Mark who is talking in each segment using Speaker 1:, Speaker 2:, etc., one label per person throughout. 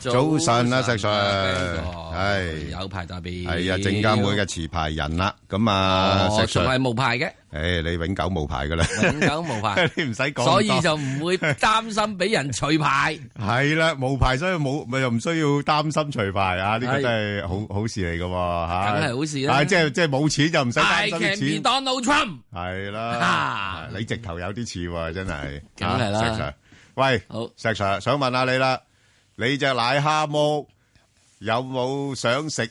Speaker 1: 早晨啊，石 Sir，
Speaker 2: 係
Speaker 1: 係
Speaker 2: 有排代表，
Speaker 1: 係啊，證監會嘅持牌人啦。咁啊，
Speaker 2: 哦，
Speaker 1: 石
Speaker 2: 仲
Speaker 1: Sir，
Speaker 2: 係無牌嘅，
Speaker 1: 誒，你永久冇牌噶啦，，
Speaker 2: 永久無牌
Speaker 1: 你唔使講咁多。
Speaker 2: 所以就唔 會擔心俾人除牌。
Speaker 1: 係啦，冇牌所以冇，咪又唔需要擔心除牌啊！呢個
Speaker 2: 係
Speaker 1: 真係好好事嚟噶喎嚇，
Speaker 2: 梗係好事啦
Speaker 1: 啊即係即係冇錢就唔使
Speaker 2: I
Speaker 1: 擔
Speaker 2: can be
Speaker 1: 心啲錢。
Speaker 2: Donald Trump。
Speaker 1: 係
Speaker 2: 啊
Speaker 1: 啦，你直頭有啲似喎，真係。
Speaker 2: 梗係啦
Speaker 1: 啊石 Sir，喂，
Speaker 2: 好
Speaker 1: 石 Sir 想問下你啦，你只奶蝦毛有冇想食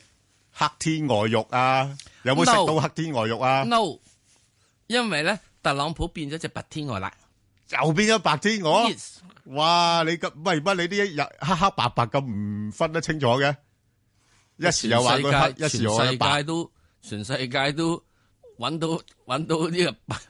Speaker 1: 黑天鵝肉啊？有冇食
Speaker 2: No
Speaker 1: 到黑天鵝肉啊？
Speaker 2: No，因為咧，特朗普變咗只白天鵝啦。
Speaker 1: 又變咗白天鵝，
Speaker 2: Yes，
Speaker 1: 哇！你咁喂乜？你呢一日黑黑白白咁唔分得清楚嘅，一時又話佢黑，一
Speaker 2: 全世
Speaker 1: 時
Speaker 2: 界
Speaker 1: 又
Speaker 2: 全
Speaker 1: 話
Speaker 2: 世
Speaker 1: 佢白
Speaker 2: 界都全世界都揾到揾到呢個白
Speaker 1: 嚇。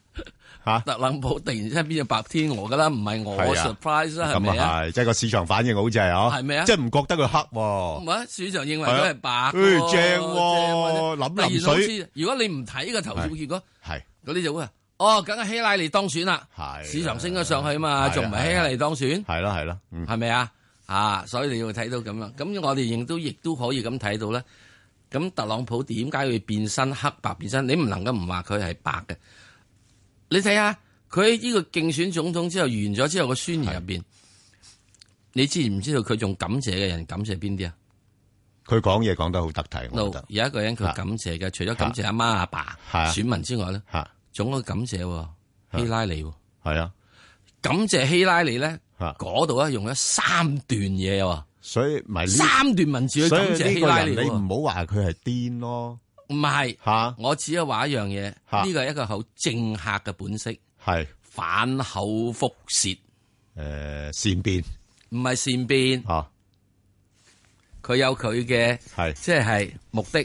Speaker 2: 特朗普突然之間變咗白天鵝噶啦，唔係我
Speaker 1: 係啊
Speaker 2: surprise 啦，係咪
Speaker 1: 咁
Speaker 2: 啊？
Speaker 1: 啊係，即係個市場反應好正嗬，
Speaker 2: 係咪啊
Speaker 1: 即係唔覺得佢黑喎
Speaker 2: 唔。係，市場認為佢係白喎，
Speaker 1: 哦係啊誒正喎
Speaker 2: 正
Speaker 1: 諗淋水。
Speaker 2: 突然好似如果你唔睇個投票結果，
Speaker 1: 係
Speaker 2: 嗰啲就會話哦，梗係希拉里當選啦，
Speaker 1: 係啊
Speaker 2: 市場升咗上去
Speaker 1: 係
Speaker 2: 嘛，
Speaker 1: 啊
Speaker 2: 仲唔係希拉里當選？
Speaker 1: 係咯係咯，嗯
Speaker 2: 係咪啊？啊，所以你要睇到咁樣。咁我哋亦都亦都可以咁睇到咧。咁特朗普點解會變身黑白變身？你唔能夠唔話佢係白嘅。你睇下佢呢個競選總統之後完咗之後個宣言入邊，你知唔知道佢仲感謝嘅人感謝邊啲啊
Speaker 1: 佢講嘢講得好得體，我
Speaker 2: ？no，
Speaker 1: 覺得啊
Speaker 2: 有一個人佢感謝嘅，除咗感謝阿媽阿爸
Speaker 1: 係啊
Speaker 2: 選民之外咧，
Speaker 1: 嚇
Speaker 2: 仲有一個感謝喎希拉里喎。
Speaker 1: 係啊
Speaker 2: 感謝希拉里咧，
Speaker 1: 嚇，
Speaker 2: 嗰度啊咧用咗三段嘢喎。
Speaker 1: 所以啊咪呢，
Speaker 2: 三段文字去
Speaker 1: 所
Speaker 2: 感
Speaker 1: 以
Speaker 2: 謝
Speaker 1: 呢
Speaker 2: 希
Speaker 1: 個
Speaker 2: 拉
Speaker 1: 人
Speaker 2: 里
Speaker 1: 你
Speaker 2: 喎，
Speaker 1: 唔好話佢係癲咯
Speaker 2: 唔係，
Speaker 1: 嚇，
Speaker 2: 我只係話一樣嘢，
Speaker 1: 嚇
Speaker 2: 呢個係一個好政客嘅本色，
Speaker 1: 係
Speaker 2: 反口覆舌，
Speaker 1: 誒善變
Speaker 2: 唔係善變，
Speaker 1: 嚇，
Speaker 2: 佢有佢嘅
Speaker 1: 係
Speaker 2: 即係目的，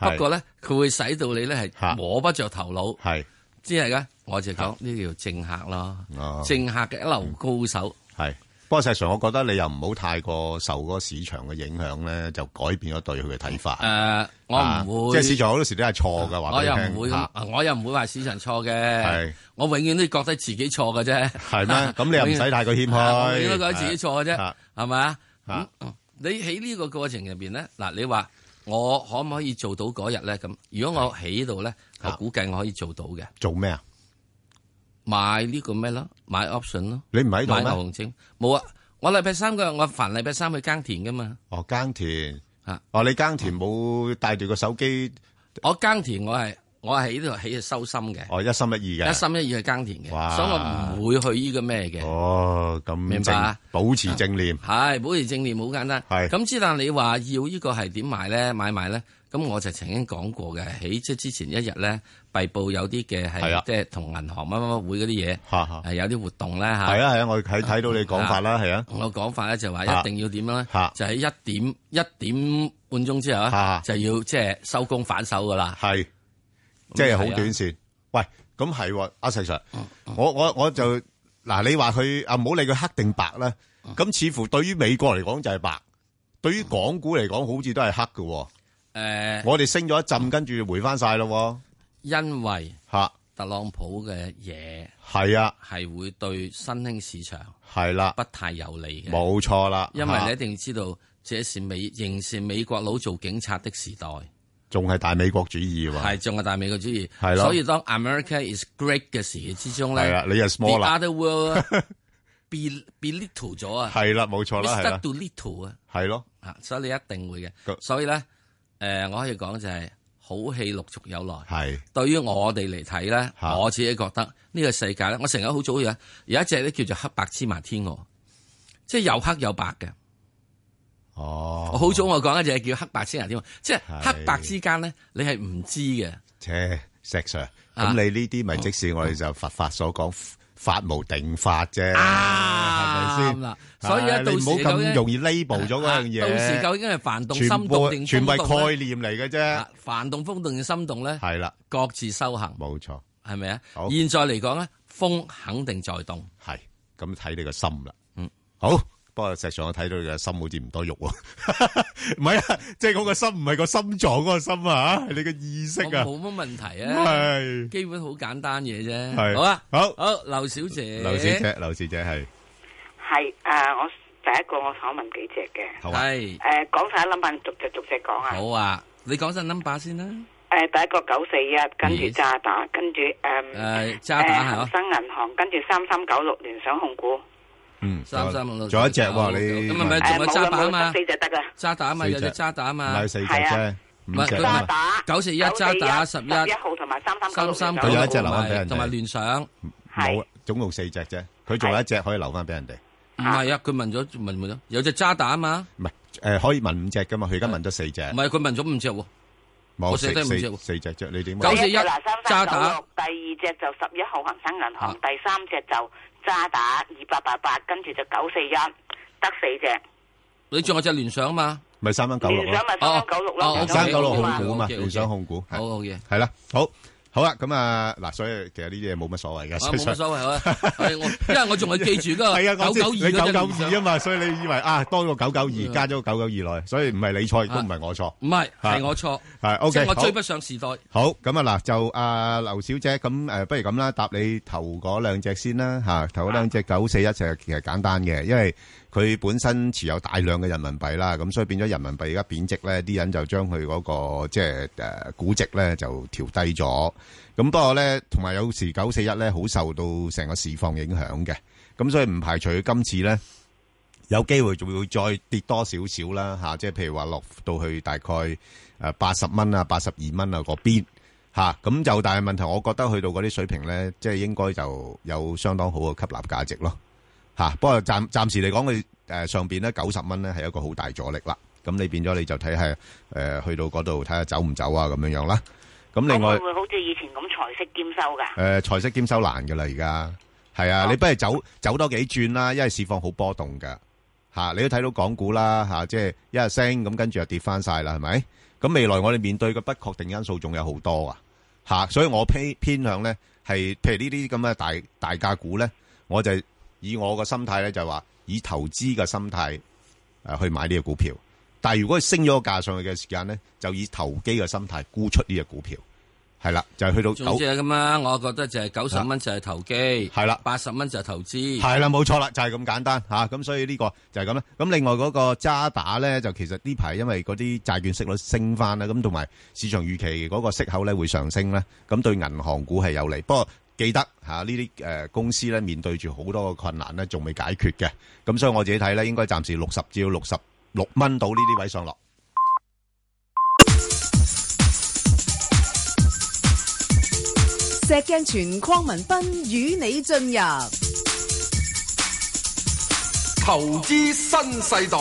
Speaker 1: 係
Speaker 2: 不過咧佢會使到你咧
Speaker 1: 嚇
Speaker 2: 係摸不着頭腦，
Speaker 1: 係
Speaker 2: 即係嘅，我就講呢叫政客咯，
Speaker 1: 哦
Speaker 2: 政客嘅一流高手，
Speaker 1: 係。不過實際上，我覺得你又唔好太過受嗰個市場嘅影響咧，就改變咗對佢嘅睇法。
Speaker 2: 誒，嗯我
Speaker 1: 啊
Speaker 2: 唔會
Speaker 1: 即係。市場好多時都係錯嘅，話
Speaker 2: 我
Speaker 1: 俾
Speaker 2: 又
Speaker 1: 你啊聽
Speaker 2: 唔會
Speaker 1: 嚇
Speaker 2: 咁，我又唔會話市場錯
Speaker 1: 係
Speaker 2: 嘅。我永遠都覺得自己錯嘅啫。
Speaker 1: 係 咩咁你又唔使太過謙虛
Speaker 2: 啊我永遠都覺得自己錯嘅啫
Speaker 1: 啊，
Speaker 2: 係咪啊？咁
Speaker 1: 啊
Speaker 2: 你喺呢個過程入邊咧，嗱，你話我可唔可以做到嗰日咧？咁如果我喺度咧，我
Speaker 1: 啊
Speaker 2: 估計我可以做到嘅。
Speaker 1: 做咩啊？
Speaker 2: 買呢個咩咯？買 option 咯，
Speaker 1: 你唔喺度
Speaker 2: 買牛熊
Speaker 1: 咩？
Speaker 2: 證冇啊！我禮拜三嗰日，我凡禮拜三去耕田噶嘛。
Speaker 1: 哦，耕田
Speaker 2: 啊
Speaker 1: 哦，你耕田冇帶住個手機，
Speaker 2: 我耕田，我係我係喺呢度起去收心嘅，
Speaker 1: 哦，一心一意嘅。
Speaker 2: 一心一意去耕田
Speaker 1: 哇
Speaker 2: 嘅，所以我唔會去呢個咩嘅。
Speaker 1: 哦，咁
Speaker 2: 明白
Speaker 1: 正
Speaker 2: 啊
Speaker 1: 保持正念
Speaker 2: 係保持正念好簡單。
Speaker 1: 係
Speaker 2: 咁之，但你話要呢個係點買咧？買賣咧？咁我就曾經講過嘅，喺即係之前一日咧，幣報有啲嘅
Speaker 1: 係啊
Speaker 2: 係即係同銀行乜乜乜會嗰啲嘢
Speaker 1: 吓吓，係啊
Speaker 2: 係有啲活動咧嚇。
Speaker 1: 係啊，我睇睇到你講法啦，係啊，
Speaker 2: 我講法咧就話
Speaker 1: 啊
Speaker 2: 一定要點樣咧
Speaker 1: 啊？
Speaker 2: 就喺一點一點半鐘之後
Speaker 1: 啊
Speaker 2: 咧，就要即係收工反手噶啦。
Speaker 1: 係
Speaker 2: 咁
Speaker 1: 即係好
Speaker 2: 係啊
Speaker 1: 短線。喂，咁係喎，阿石 Sir，我我我就嗱，你話佢啊，唔好理佢黑定白啦。咁似乎對於美國嚟講就係白，對於港股嚟講好似都係黑嘅喎。
Speaker 2: 誒，
Speaker 1: 我哋升咗一陣，跟住回翻晒咯
Speaker 2: 因為
Speaker 1: 喎，吓
Speaker 2: 特朗普嘅嘢
Speaker 1: 係啊，
Speaker 2: 係會對新興市場
Speaker 1: 係啦，
Speaker 2: 不太有利嘅。
Speaker 1: 冇啊錯啦，
Speaker 2: 因為
Speaker 1: 嚇
Speaker 2: 你一定要知道，這是美仍是美國佬做警察的時代，
Speaker 1: 仲係大美國主義喎，
Speaker 2: 係仲係大美國主義。
Speaker 1: 係咯
Speaker 2: 所以當 America is great 嘅時期之中
Speaker 1: 係啊
Speaker 2: 咧，
Speaker 1: 你又
Speaker 2: the
Speaker 1: small 啦，
Speaker 2: other world be be little 咗啊
Speaker 1: 係啦，冇錯啦，係
Speaker 2: ，Mr.
Speaker 1: 啦，
Speaker 2: Do little 啊，
Speaker 1: 係咯，
Speaker 2: 啊，所以你一定會
Speaker 1: 咁
Speaker 2: 嘅。所以咧，誒，我可以講就係好戲陸續有來。
Speaker 1: 係
Speaker 2: 對於我哋嚟睇咧，
Speaker 1: 嚇
Speaker 2: 我自己覺得呢個世界咧，我成日好早嘅有一隻咧叫做黑白芝麻天鵝，即係又黑又白嘅。
Speaker 1: 哦，
Speaker 2: 我好早我講一隻叫黑白之人添，即係
Speaker 1: 係
Speaker 2: 黑白之間咧，你係唔知嘅。
Speaker 1: 切石 Sir，咁
Speaker 2: 啊
Speaker 1: 你呢啲咪即是我哋就佛法所講法無定法啫，
Speaker 2: 啊
Speaker 1: 係咪
Speaker 2: 啱
Speaker 1: 先
Speaker 2: 啦？所以咧
Speaker 1: 啊你
Speaker 2: 到時
Speaker 1: 唔好
Speaker 2: 究
Speaker 1: 咁
Speaker 2: 竟
Speaker 1: 容易 label 咗嗰樣嘢，
Speaker 2: 到時究竟係幡動
Speaker 1: 全
Speaker 2: 心動
Speaker 1: 部
Speaker 2: 定
Speaker 1: 全部
Speaker 2: 風動
Speaker 1: 係
Speaker 2: 咧？
Speaker 1: 概念嚟嘅啫
Speaker 2: 啊，幡動風動定心動咧，
Speaker 1: 係啦，
Speaker 2: 各自修行，
Speaker 1: 冇錯，
Speaker 2: 係咪啊
Speaker 1: 好？
Speaker 2: 現在嚟講咧，風肯定在動，
Speaker 1: 係咁睇你個心啦，
Speaker 2: 嗯，
Speaker 1: 好。不過石 Sir，我睇到你嘅心好似唔多肉喎，唔係啊，即係我個心唔係個心臟嗰個心啊，係你嘅意識
Speaker 2: 我
Speaker 1: 啊，
Speaker 2: 冇乜問題啊，
Speaker 1: 係
Speaker 2: 基本好簡單嘢
Speaker 1: 係
Speaker 2: 啫。好啊，
Speaker 1: 好
Speaker 2: 好，劉小姐，
Speaker 1: 劉小姐，劉小姐係
Speaker 3: 系诶、啊我第一個我想問幾隻嘅，
Speaker 1: 好啊，
Speaker 2: 系
Speaker 3: 誒講晒諗問逐隻逐隻講啊。
Speaker 2: 嗯好啊，你講阵 number 先啦。
Speaker 3: 誒第一個九四一，跟住
Speaker 2: Yes
Speaker 3: 渣打，跟住誒
Speaker 2: 诶，渣打
Speaker 3: 誒
Speaker 2: 系
Speaker 3: 恒
Speaker 2: 咯，
Speaker 3: 生銀行，跟住三三九六聯想控股，
Speaker 1: 嗯，
Speaker 2: 三三六六
Speaker 1: 仲有一隻喎，你
Speaker 2: 咁咪咪仲
Speaker 3: 誒
Speaker 2: 有
Speaker 3: 冇
Speaker 2: 渣
Speaker 3: 啦
Speaker 2: 打啊
Speaker 3: 冇
Speaker 2: 嘛
Speaker 3: 啦，得四隻得噶。
Speaker 2: 渣打啊嘛，
Speaker 1: 四
Speaker 2: 有
Speaker 1: 隻
Speaker 2: 隻渣打啊
Speaker 1: 唔
Speaker 2: 嘛
Speaker 1: 係，四隻
Speaker 3: 係
Speaker 1: 啫
Speaker 3: 啊，
Speaker 1: 五隻
Speaker 2: 唔係
Speaker 1: 啊
Speaker 3: 渣
Speaker 1: 嘛，
Speaker 3: 打
Speaker 2: 91渣打11
Speaker 3: 一號同埋三三九
Speaker 2: 三
Speaker 3: 六
Speaker 2: 三九
Speaker 1: 佢有
Speaker 2: 六
Speaker 1: 一隻留
Speaker 2: 同
Speaker 1: 返俾
Speaker 2: 埋
Speaker 1: 人哋
Speaker 2: 同埋聯想，唔
Speaker 1: 冇啊，總共四隻啫，佢仲有一隻可以留翻俾人哋，
Speaker 2: 係啊，佢問咗問問咗，有隻渣打啊嘛，
Speaker 1: 唔係诶可以問五隻噶嘛，佢而家問咗四隻，
Speaker 2: 唔係佢問咗五隻喎，
Speaker 1: 冇
Speaker 2: 我
Speaker 1: 四
Speaker 2: 寫低五隻
Speaker 1: 四
Speaker 2: 喎
Speaker 1: 四隻啫，你點
Speaker 2: 九
Speaker 1: 問？
Speaker 2: 四一
Speaker 3: 嗱三
Speaker 2: 渣
Speaker 3: 三九
Speaker 2: 打
Speaker 3: 六，第二隻就十一號恒生銀行
Speaker 2: 啊，
Speaker 3: 第三隻就渣打二八八八，跟住就九四一，得四隻。
Speaker 2: 你仲有隻聯想啊嘛，
Speaker 1: 咪三蚊九六
Speaker 3: 聯
Speaker 1: 咯
Speaker 3: 想。咪
Speaker 2: 哦
Speaker 3: 三九六
Speaker 2: 哦
Speaker 3: 咯，
Speaker 1: 哦
Speaker 2: ，OK，
Speaker 1: 三九六
Speaker 2: 好
Speaker 1: 控股啊嘛，
Speaker 2: OK，OK，OK
Speaker 1: 聯想控股
Speaker 2: 好
Speaker 1: 係
Speaker 2: 好嘢。
Speaker 1: 係啦，好好啦，咁啊嗱，所以其實呢啲嘢冇乜所謂嘅，
Speaker 2: 啊，
Speaker 1: 實
Speaker 2: 冇乜
Speaker 1: 際上
Speaker 2: 所謂 啊，係我因為我仲係記住嗰
Speaker 1: 係啊，
Speaker 2: 個
Speaker 1: 我
Speaker 2: 九
Speaker 1: 知
Speaker 2: 九二
Speaker 1: 你
Speaker 2: 嗰
Speaker 1: 992
Speaker 2: 隻聯想，
Speaker 1: 啊嘛，所以你以為，啊，多個992
Speaker 2: 嗯。
Speaker 1: 加咗個992落去，所以唔係你錯，亦
Speaker 2: 啊。
Speaker 1: 都唔係我錯。係，
Speaker 2: 唔係
Speaker 1: 啊
Speaker 2: 係我錯，即
Speaker 1: OK，
Speaker 2: 係我
Speaker 1: 好。
Speaker 2: 追不上時代。
Speaker 1: 好，咁啊嗱，就，啊，劉小姐，咁，誒，不如咁啦，答你頭嗰兩隻先啦，嚇，頭嗰兩隻941其實簡單嘅，因為佢本身持有大量嘅人民幣啦，咁所以變咗人民幣而家貶值呢，啲人就將佢嗰個即係，誒，估值呢，就調低咗。咁不過呢，同埋有時941呢，好受到成個市況影響嘅。咁所以唔排除佢今次呢，有機會仲會再跌多少少啦嚇，即係譬如話落到去大概誒八十蚊啊、八十二蚊啊嗰邊嚇，咁、就但係問題，我覺得去到嗰啲水平咧，即係應該就有相當好嘅吸納價值咯嚇、不過暫暫時嚟講，佢誒、上邊咧九十蚊咧係一個好大阻力啦。咁你變咗你就睇下誒去到嗰度睇下走唔走啊咁樣樣啦。咁另外
Speaker 3: 會。唔會好似以前咁財息兼收㗎？
Speaker 1: 诶，财呃色兼收難噶啦，而家係啊，你不如走走多幾轉啦，因為市況好波動噶吓、你都睇到港股啦吓、即係一日升咁，跟住又跌翻晒啦，係咪？咁未來我哋面對嘅不確定因素仲有好多啊吓、所以我偏偏向咧係，譬如呢啲咁嘅大大价股咧，我就以我個心態咧就係話以投資嘅心態诶去買呢個股票，但系如果佢升咗個價上去嘅時間咧，就以投機嘅心態沽出呢只股票，係啦，就係去到
Speaker 2: 總
Speaker 1: 九
Speaker 2: 之。係咁啊，我覺得就係九十蚊就係投機，
Speaker 1: 係啦
Speaker 2: 八十蚊就係投資。
Speaker 1: 系啦，冇錯啦，就係咁簡單吓，啊咁、所以呢個就係咁啦。咁另外嗰個渣打咧，就其實呢排因為嗰啲債券息率升翻啦，咁同埋市場預期嗰個息口咧會上升咧，咁對銀行股係有利。不過記得吓呢啲诶公司咧面對住好多個困難咧，仲未解決嘅，咁所以我自己睇咧，應該暫時六十至到六十六蚊到呢啲位上落。
Speaker 4: 石镜全框文斌与你进入
Speaker 5: 投資新世代，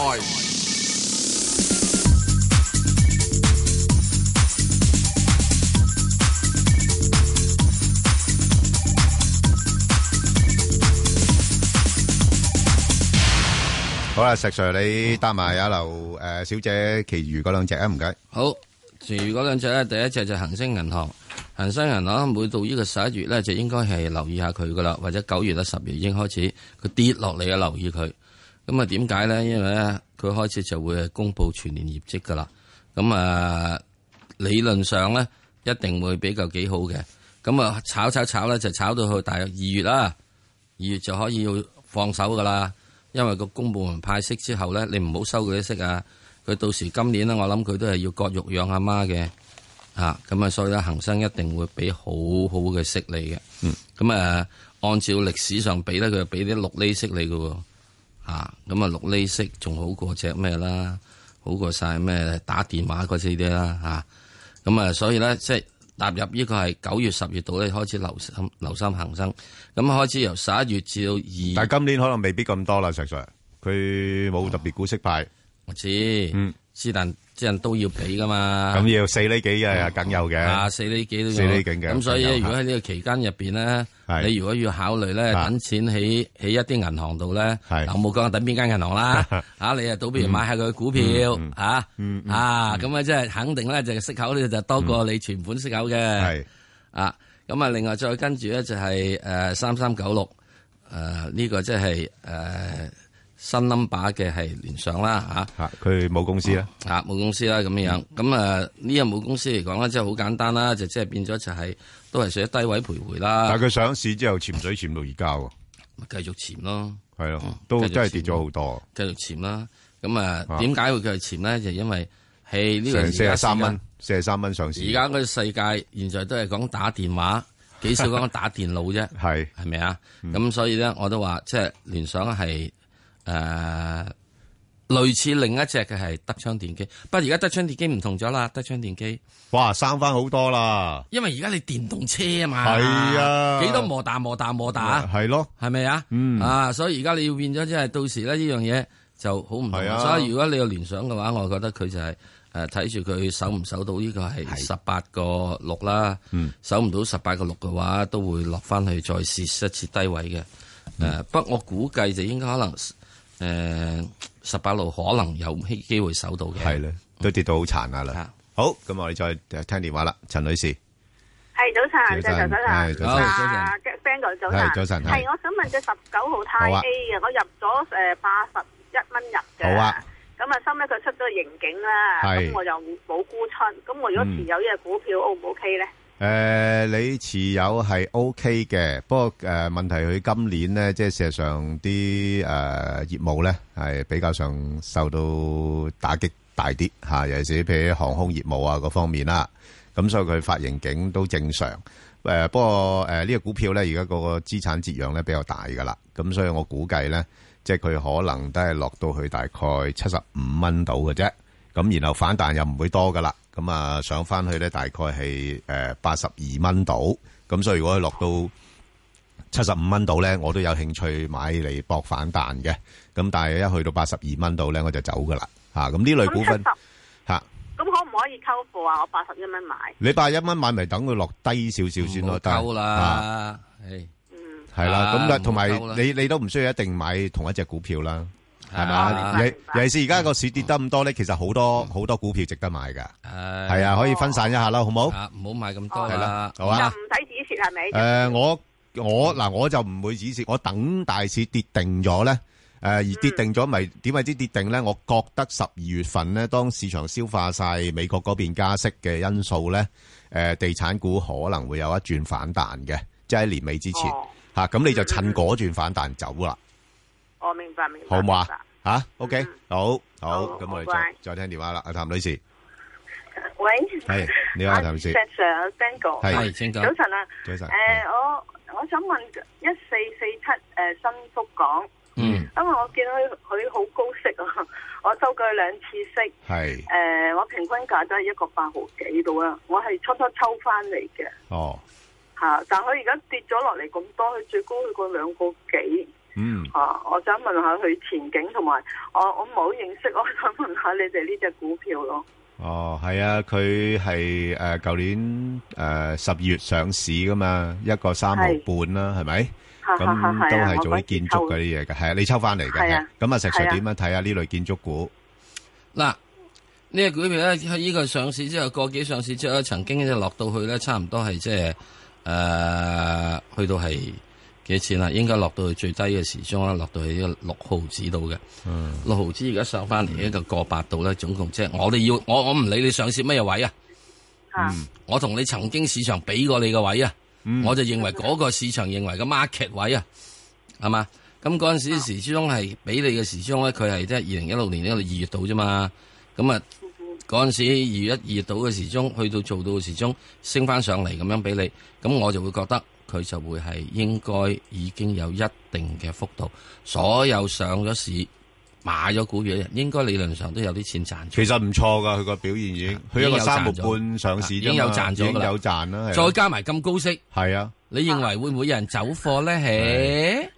Speaker 1: 好啦，石 Sir 你搭埋阿劉诶小姐，其餘嗰兩隻啊，唔該。
Speaker 2: 好，其餘嗰兩隻咧，第一隻就恒生銀行，恒生銀行每到呢個十一月咧，就應該係留意下佢噶啦，或者九月啦、十月已經開始佢跌落嚟啊，留意佢。咁啊，點解咧？因為咧，佢開始就會公布全年業績噶啦。咁啊，理論上咧，一定會比較幾好嘅。咁啊，炒炒炒咧，就炒到去大約二月啦，二月就可以要放手噶啦。因為個公部門派息之後咧，你唔好收佢啲息啊。佢到時今年咧，我諗佢都係要割肉養阿媽嘅，啊，咁啊，所以咧，恒生一定會俾好好嘅息你嘅。嗯。咁啊，按照歷史上俾咧，佢就俾啲六厘息你嘅喎，啊，咁啊六厘息仲好過只咩啦，好過晒咩打電話嗰啲啲啦，啊，咁啊，所以咧，即係踏入呢個係九月、十月度咧，開始留心留心恒生，咁開始由十一月至到二
Speaker 1: 但系今年可能未必咁多啦，石 Sir，佢冇特別股息派。
Speaker 2: 我知，
Speaker 1: 嗯
Speaker 2: 是但之人都要俾噶嘛，
Speaker 1: 咁要四厘幾嘅，梗有
Speaker 2: 啊
Speaker 1: 嘅。
Speaker 2: 四厘幾都有
Speaker 1: 四厘幾嘅
Speaker 2: 咁所以
Speaker 1: 有
Speaker 2: 咧如果喺呢個期間入邊咧
Speaker 1: 係，
Speaker 2: 你如果要考慮咧，
Speaker 1: 啊
Speaker 2: 等錢喺喺一啲銀行度咧，
Speaker 1: 係
Speaker 2: 嗱我冇講等邊間銀行 啦，啊你啊倒不如買下佢嘅股票啊
Speaker 1: 嗯
Speaker 2: 啊咁啊，即係肯定咧就息口咧就多過你存款息口嘅，
Speaker 1: 係
Speaker 2: 啊咁啊，另外再跟住咧就係誒三三九六誒呢個即係誒新 number 嘅係聯想啦啊嚇。
Speaker 1: 吓，佢冇公司啦。
Speaker 2: 啊，母公司啦咁樣
Speaker 1: 嗯
Speaker 2: 樣，咁啊呢個母公司嚟講咧，即係好簡單啦，就即係變咗就係都係屬於低位徘徊啦
Speaker 1: 但。係佢上市之後潛水潛到而家喎。
Speaker 2: 咪繼續潛咯，
Speaker 1: 系咯
Speaker 2: 嗯，
Speaker 1: 都
Speaker 2: 繼續
Speaker 1: 真系跌
Speaker 2: 潛
Speaker 1: 咗好多，
Speaker 2: 繼續潛啦。咁啊，
Speaker 1: 啊
Speaker 2: 點解會繼續潛咧？就因為係呢個而家
Speaker 1: 成四十三
Speaker 2: 時間
Speaker 1: 蚊，四十三蚊上市，
Speaker 2: 而家嗰個世界現在都係講打電 話，幾少講打電腦啫，
Speaker 1: 係
Speaker 2: 係咪啊？
Speaker 1: 嗯
Speaker 2: 咁所以咧，我都話即係聯想係誒、呃、類似另一隻嘅係德昌電機，不過而家德昌電機唔同咗啦，德昌電機，
Speaker 1: 哇，生翻好多啦，
Speaker 2: 因為而家你電動車啊嘛，
Speaker 1: 係啊
Speaker 2: 幾多磨打磨打磨打，
Speaker 1: 系咯，
Speaker 2: 係咪啊？
Speaker 1: 嗯
Speaker 2: 啊，所以而家你要變咗即係到時咧呢樣嘢就好唔同
Speaker 1: 係啊
Speaker 2: 啦。所以如果你有聯想嘅話，我覺得佢就係誒睇住佢守唔守到呢個係十八個六啦。
Speaker 1: 嗯
Speaker 2: 守唔到十八個六嘅話，都會落翻去再試一次低位嘅。誒、
Speaker 1: 嗯
Speaker 2: 呃不過我估計就應該可能誒十八路可能有機會守到嘅。
Speaker 1: 系咧，都跌到好殘下啦
Speaker 2: 啊。
Speaker 1: 好，咁我哋再聽電話啦，陳女士，
Speaker 6: 系早晨，
Speaker 1: 早
Speaker 6: 早
Speaker 1: 晨
Speaker 6: 晨，
Speaker 1: 係早
Speaker 6: 早
Speaker 1: 晨
Speaker 6: 晨，啊，Bang 哥早晨
Speaker 1: 係，早晨係
Speaker 6: 系我想問只十九號泰
Speaker 1: 好啊
Speaker 6: A 嘅，我入咗诶八十一蚊入嘅，
Speaker 1: 好啊，
Speaker 6: 咁啊，收尾佢出咗刑警啦，
Speaker 1: 係
Speaker 6: 咁我就冇沽出，咁我如果
Speaker 1: 嗯
Speaker 6: 持有呢只股票 O 唔 OK 咧？
Speaker 1: 诶，你呃持有係 O K 嘅，不過诶問題佢今年咧，即係事實上啲诶業務咧係比較上受到打擊大啲吓，尤其是譬如航空業務啊嗰方面啦，咁所以佢發盈警都正常。诶、不過诶呢、個股票咧，而家嗰個資產折讓咧比較大噶啦，咁所以我估計咧，即係佢可能都係落到去大概七十五蚊到嘅啫，咁然後反彈又唔會多噶啦，咁啊上翻去咧大概係诶八十二蚊到，咁所以如果佢落到七十五蚊度咧，我都有興趣買嚟搏反彈嘅，咁但係一去到八十二蚊度咧，我就走噶啦，吓咁呢類
Speaker 6: 咁
Speaker 1: 股
Speaker 6: 七
Speaker 1: 份
Speaker 6: 十，
Speaker 1: 吓。
Speaker 6: 咁可唔可以溝貨啊？我八十一蚊買，
Speaker 1: 你八一蚊買咪等佢落低少少先
Speaker 2: 唔好
Speaker 1: 咯，
Speaker 2: 溝
Speaker 1: 啊
Speaker 2: 啦，唉
Speaker 6: 嗯，
Speaker 1: 係啦，
Speaker 2: 啊
Speaker 1: 咁啦，
Speaker 2: 唔好
Speaker 1: 同埋
Speaker 2: 溝啦
Speaker 1: 你你都唔需要一定買同一隻股票啦，係
Speaker 2: 啊
Speaker 1: 嘛？尤尤其是而家個市跌得咁多咧，其實好多好多股票值得買㗎，
Speaker 2: 唉
Speaker 1: 係啊，可以分散一下啦，好唔好？
Speaker 2: 嗯啊，唔好買咁多
Speaker 1: 係
Speaker 2: 啦
Speaker 1: 啦，。
Speaker 6: 就
Speaker 1: 好啊
Speaker 6: 唔。使止蝕係咪？
Speaker 1: 诶，呃我我嗱我就唔會指示，我等大市跌定咗咧。誒而
Speaker 6: 嗯
Speaker 1: 跌定咗，咪點為之跌定咧？我覺得十二月份咧，當市場消化晒美國嗰邊加息嘅因素咧，誒、地產股可能會有一轉反彈嘅，即係喺年尾之前
Speaker 6: 哦嗯
Speaker 1: 嚇，咁、你就趁嗰轉反彈走啦，
Speaker 6: 我明白，明白，
Speaker 1: 好唔好啊
Speaker 6: 明白？嗯
Speaker 1: 嚇，OK，好好，
Speaker 6: 好
Speaker 1: 咁我哋
Speaker 6: 好乖
Speaker 1: 再再聽電話啦，阿譚女士，
Speaker 6: 喂，
Speaker 1: 係你好，譚女士，
Speaker 6: Sir，Bang 哥
Speaker 1: 係
Speaker 2: 係，請講。
Speaker 6: 早晨啊，
Speaker 1: 早晨，
Speaker 6: 诶，我我想問一四四七诶新福港。
Speaker 2: 嗯，
Speaker 6: 因為我見佢佢好高息啊，我收佢兩次息，
Speaker 1: 係
Speaker 6: 誒、我平均價都係一個八毫幾度啊，我係初初抽翻嚟嘅
Speaker 1: 哦，
Speaker 6: 嚇，但佢而家跌咗落嚟咁多，佢最高去過兩個幾
Speaker 1: 嗯，
Speaker 6: 嚇、啊我想問下佢前景同埋我我冇認識，我想問下你哋呢只股票咯，
Speaker 1: 哦，系啊，佢系诶旧年诶十二月上市噶嘛，一個三毫半啦，係咪？
Speaker 6: 哈哈哈
Speaker 1: 咁
Speaker 6: 係
Speaker 1: 都
Speaker 6: 啊
Speaker 1: 係做
Speaker 6: 我嗰
Speaker 1: 啲
Speaker 6: 次
Speaker 1: 建
Speaker 6: 抽
Speaker 1: 築嗰啲嘢嘅，係啊，你抽翻嚟嘅。
Speaker 6: 係啊
Speaker 1: 係咁啊，石 Sir
Speaker 6: 係啊
Speaker 1: 點樣睇下呢類建築股？
Speaker 2: 嗱，呢只股票咧，喺呢個上市之後，個幾上市之後，曾經就落到去咧，差唔多係即係誒，去到係幾錢啦？應該落到去最低嘅時鐘啦，落到去呢個六毫子度嘅。
Speaker 1: 嗯，
Speaker 2: 六毫子而家上翻嚟一個過百度咧，總共即係我哋要我我唔理你上市乜嘢位啊，
Speaker 6: 嚇
Speaker 2: 我同你曾經市場俾過你嘅位啊，
Speaker 1: 嗯
Speaker 2: 我就認為嗰個市場認為嘅 market 位啊，係嘛？咁嗰陣
Speaker 1: 啊
Speaker 2: 時時之中係俾你嘅時鐘咧，佢係即係二零一六年呢個二月度啫嘛，咁啊嗰陣時二月一二月度嘅時鐘去到做到嘅時鐘升翻上嚟咁樣俾你，咁我就會覺得佢就會係應該已經有一定嘅幅度，所有上咗市買咗股票嘅人，應該理論上都有啲錢賺咗。
Speaker 1: 其實唔錯噶，佢個表現已經，佢一個
Speaker 2: 已經有
Speaker 1: 三毫
Speaker 2: 賺咗
Speaker 1: 半上市啫嘛
Speaker 2: 已經有賺咗㗎啦
Speaker 1: 已經有賺啦，
Speaker 2: 再
Speaker 1: 係
Speaker 2: 加埋咁高息，
Speaker 1: 啊係啊，
Speaker 2: 你認為會唔會有人走貨 咧？嘿，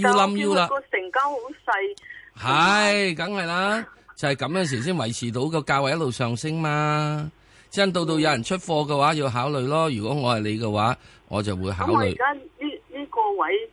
Speaker 2: 要冧要啦
Speaker 6: 但我見佢，個成交好細，
Speaker 2: 係梗係啦，就係咁樣時先維持到個價位一路上升嘛。真到到有人出貨嘅話，要考慮咯。如果我係你嘅話，我就會考
Speaker 6: 咁我而
Speaker 2: 慮
Speaker 6: 家呢呢個位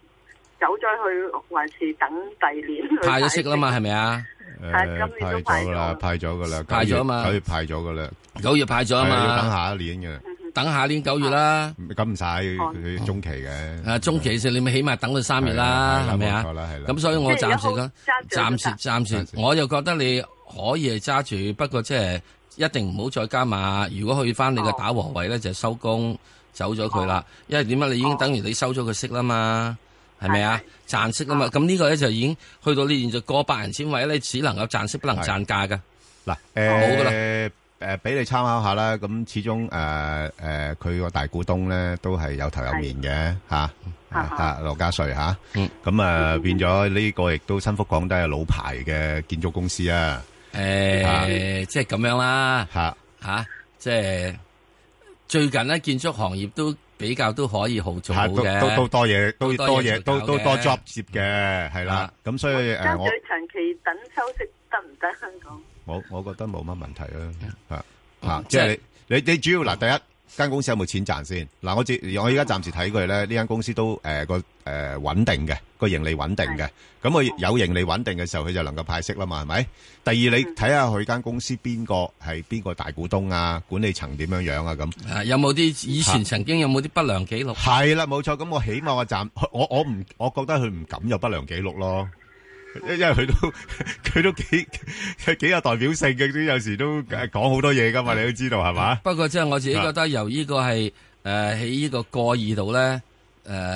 Speaker 6: 走咗去，還是等第二年去
Speaker 2: 派咗息啦
Speaker 6: 睇
Speaker 2: 嘛，係咪啊？
Speaker 6: 係
Speaker 1: 誒
Speaker 6: 今年都
Speaker 1: 派咗㗎啦，
Speaker 6: 派咗
Speaker 1: 派咗噶啦，
Speaker 2: 派咗啊嘛
Speaker 1: 九月派咗噶啦，
Speaker 2: 九月派咗啊
Speaker 1: 係啊要等
Speaker 2: 嘛，
Speaker 1: 下一年嘅，
Speaker 2: 等下年九月啦。
Speaker 1: 咁唔使佢中期嘅。
Speaker 2: 啊，中期時你咪起碼等到三月啦，
Speaker 1: 係啦
Speaker 2: 係咪啊
Speaker 1: 冇錯啦係啦？
Speaker 2: 咁所以我暫時講，
Speaker 6: 即係有揸住
Speaker 2: 暫時
Speaker 6: 就得
Speaker 2: 暫時
Speaker 1: 暫，時
Speaker 2: 我就覺得你可以係揸住，不過即係一定唔好再加碼。如果去翻你個
Speaker 6: 哦
Speaker 2: 打和位咧，就收工走咗佢啦。因為點解你已經等於你收咗佢息啦嘛，係咪啊
Speaker 6: 係？哦
Speaker 2: 賺息啊嘛，咁呢個咧就已經去到你現在過百人千位咧，你只能夠賺息不能賺價㗎。
Speaker 1: 嗱，
Speaker 2: 好㗎啦。
Speaker 1: 誒誒，俾你參考下啦。咁始終誒誒，佢個大股東咧都係有頭有面嘅嚇，
Speaker 6: 啊
Speaker 1: 啊羅家瑞嚇
Speaker 2: 嗯。
Speaker 1: 咁啊變咗呢個亦都新福廣都係老牌嘅建築公司啊
Speaker 2: 誒，即係咁樣啦，
Speaker 1: 嚇。
Speaker 2: 吓，即係最近咧建築行業都比較都可以好做好
Speaker 1: 係都
Speaker 2: 嘅。
Speaker 1: 都都多嘢，都
Speaker 2: 都
Speaker 1: 多
Speaker 2: 多
Speaker 1: 嘢
Speaker 2: 嘢，
Speaker 1: 都
Speaker 2: 做
Speaker 1: 都
Speaker 2: 嘅
Speaker 1: 多 job 接嘅，係啦
Speaker 2: 啊。
Speaker 1: 咁所以誒，
Speaker 6: 揸
Speaker 1: 我
Speaker 6: 咗長期等收息得唔得？香港
Speaker 1: 我我覺得冇乜問題啦，嚇
Speaker 2: 嗯
Speaker 1: 嚇，即
Speaker 2: 即係
Speaker 1: 係你你你主要嗱，第一間公司有冇錢賺先？嗱，我自我而家暫時睇佢咧，呢間公司都誒個誒穩定嘅，個盈利穩定嘅。咁佢有盈利穩定嘅時候，佢就能夠派息啦嘛，係咪？第二，你
Speaker 2: 嗯
Speaker 1: 睇下佢間公司邊個係邊個大股東啊，管理層點樣樣啊咁。
Speaker 2: 啊有冇啲以前曾經有冇啲不良記錄？
Speaker 1: 係啦，冇錯。咁我起碼我暫我我唔，我覺得佢唔敢有不良記錄咯。因因為佢都 佢都幾幾有代表性嘅，都有時都誒講好多嘢噶嘛，
Speaker 6: 嗯
Speaker 1: 你都知道係嘛？
Speaker 2: 不過即係我自
Speaker 1: 啊
Speaker 2: 己覺得，由呢個係誒喺呢個過二度咧，誒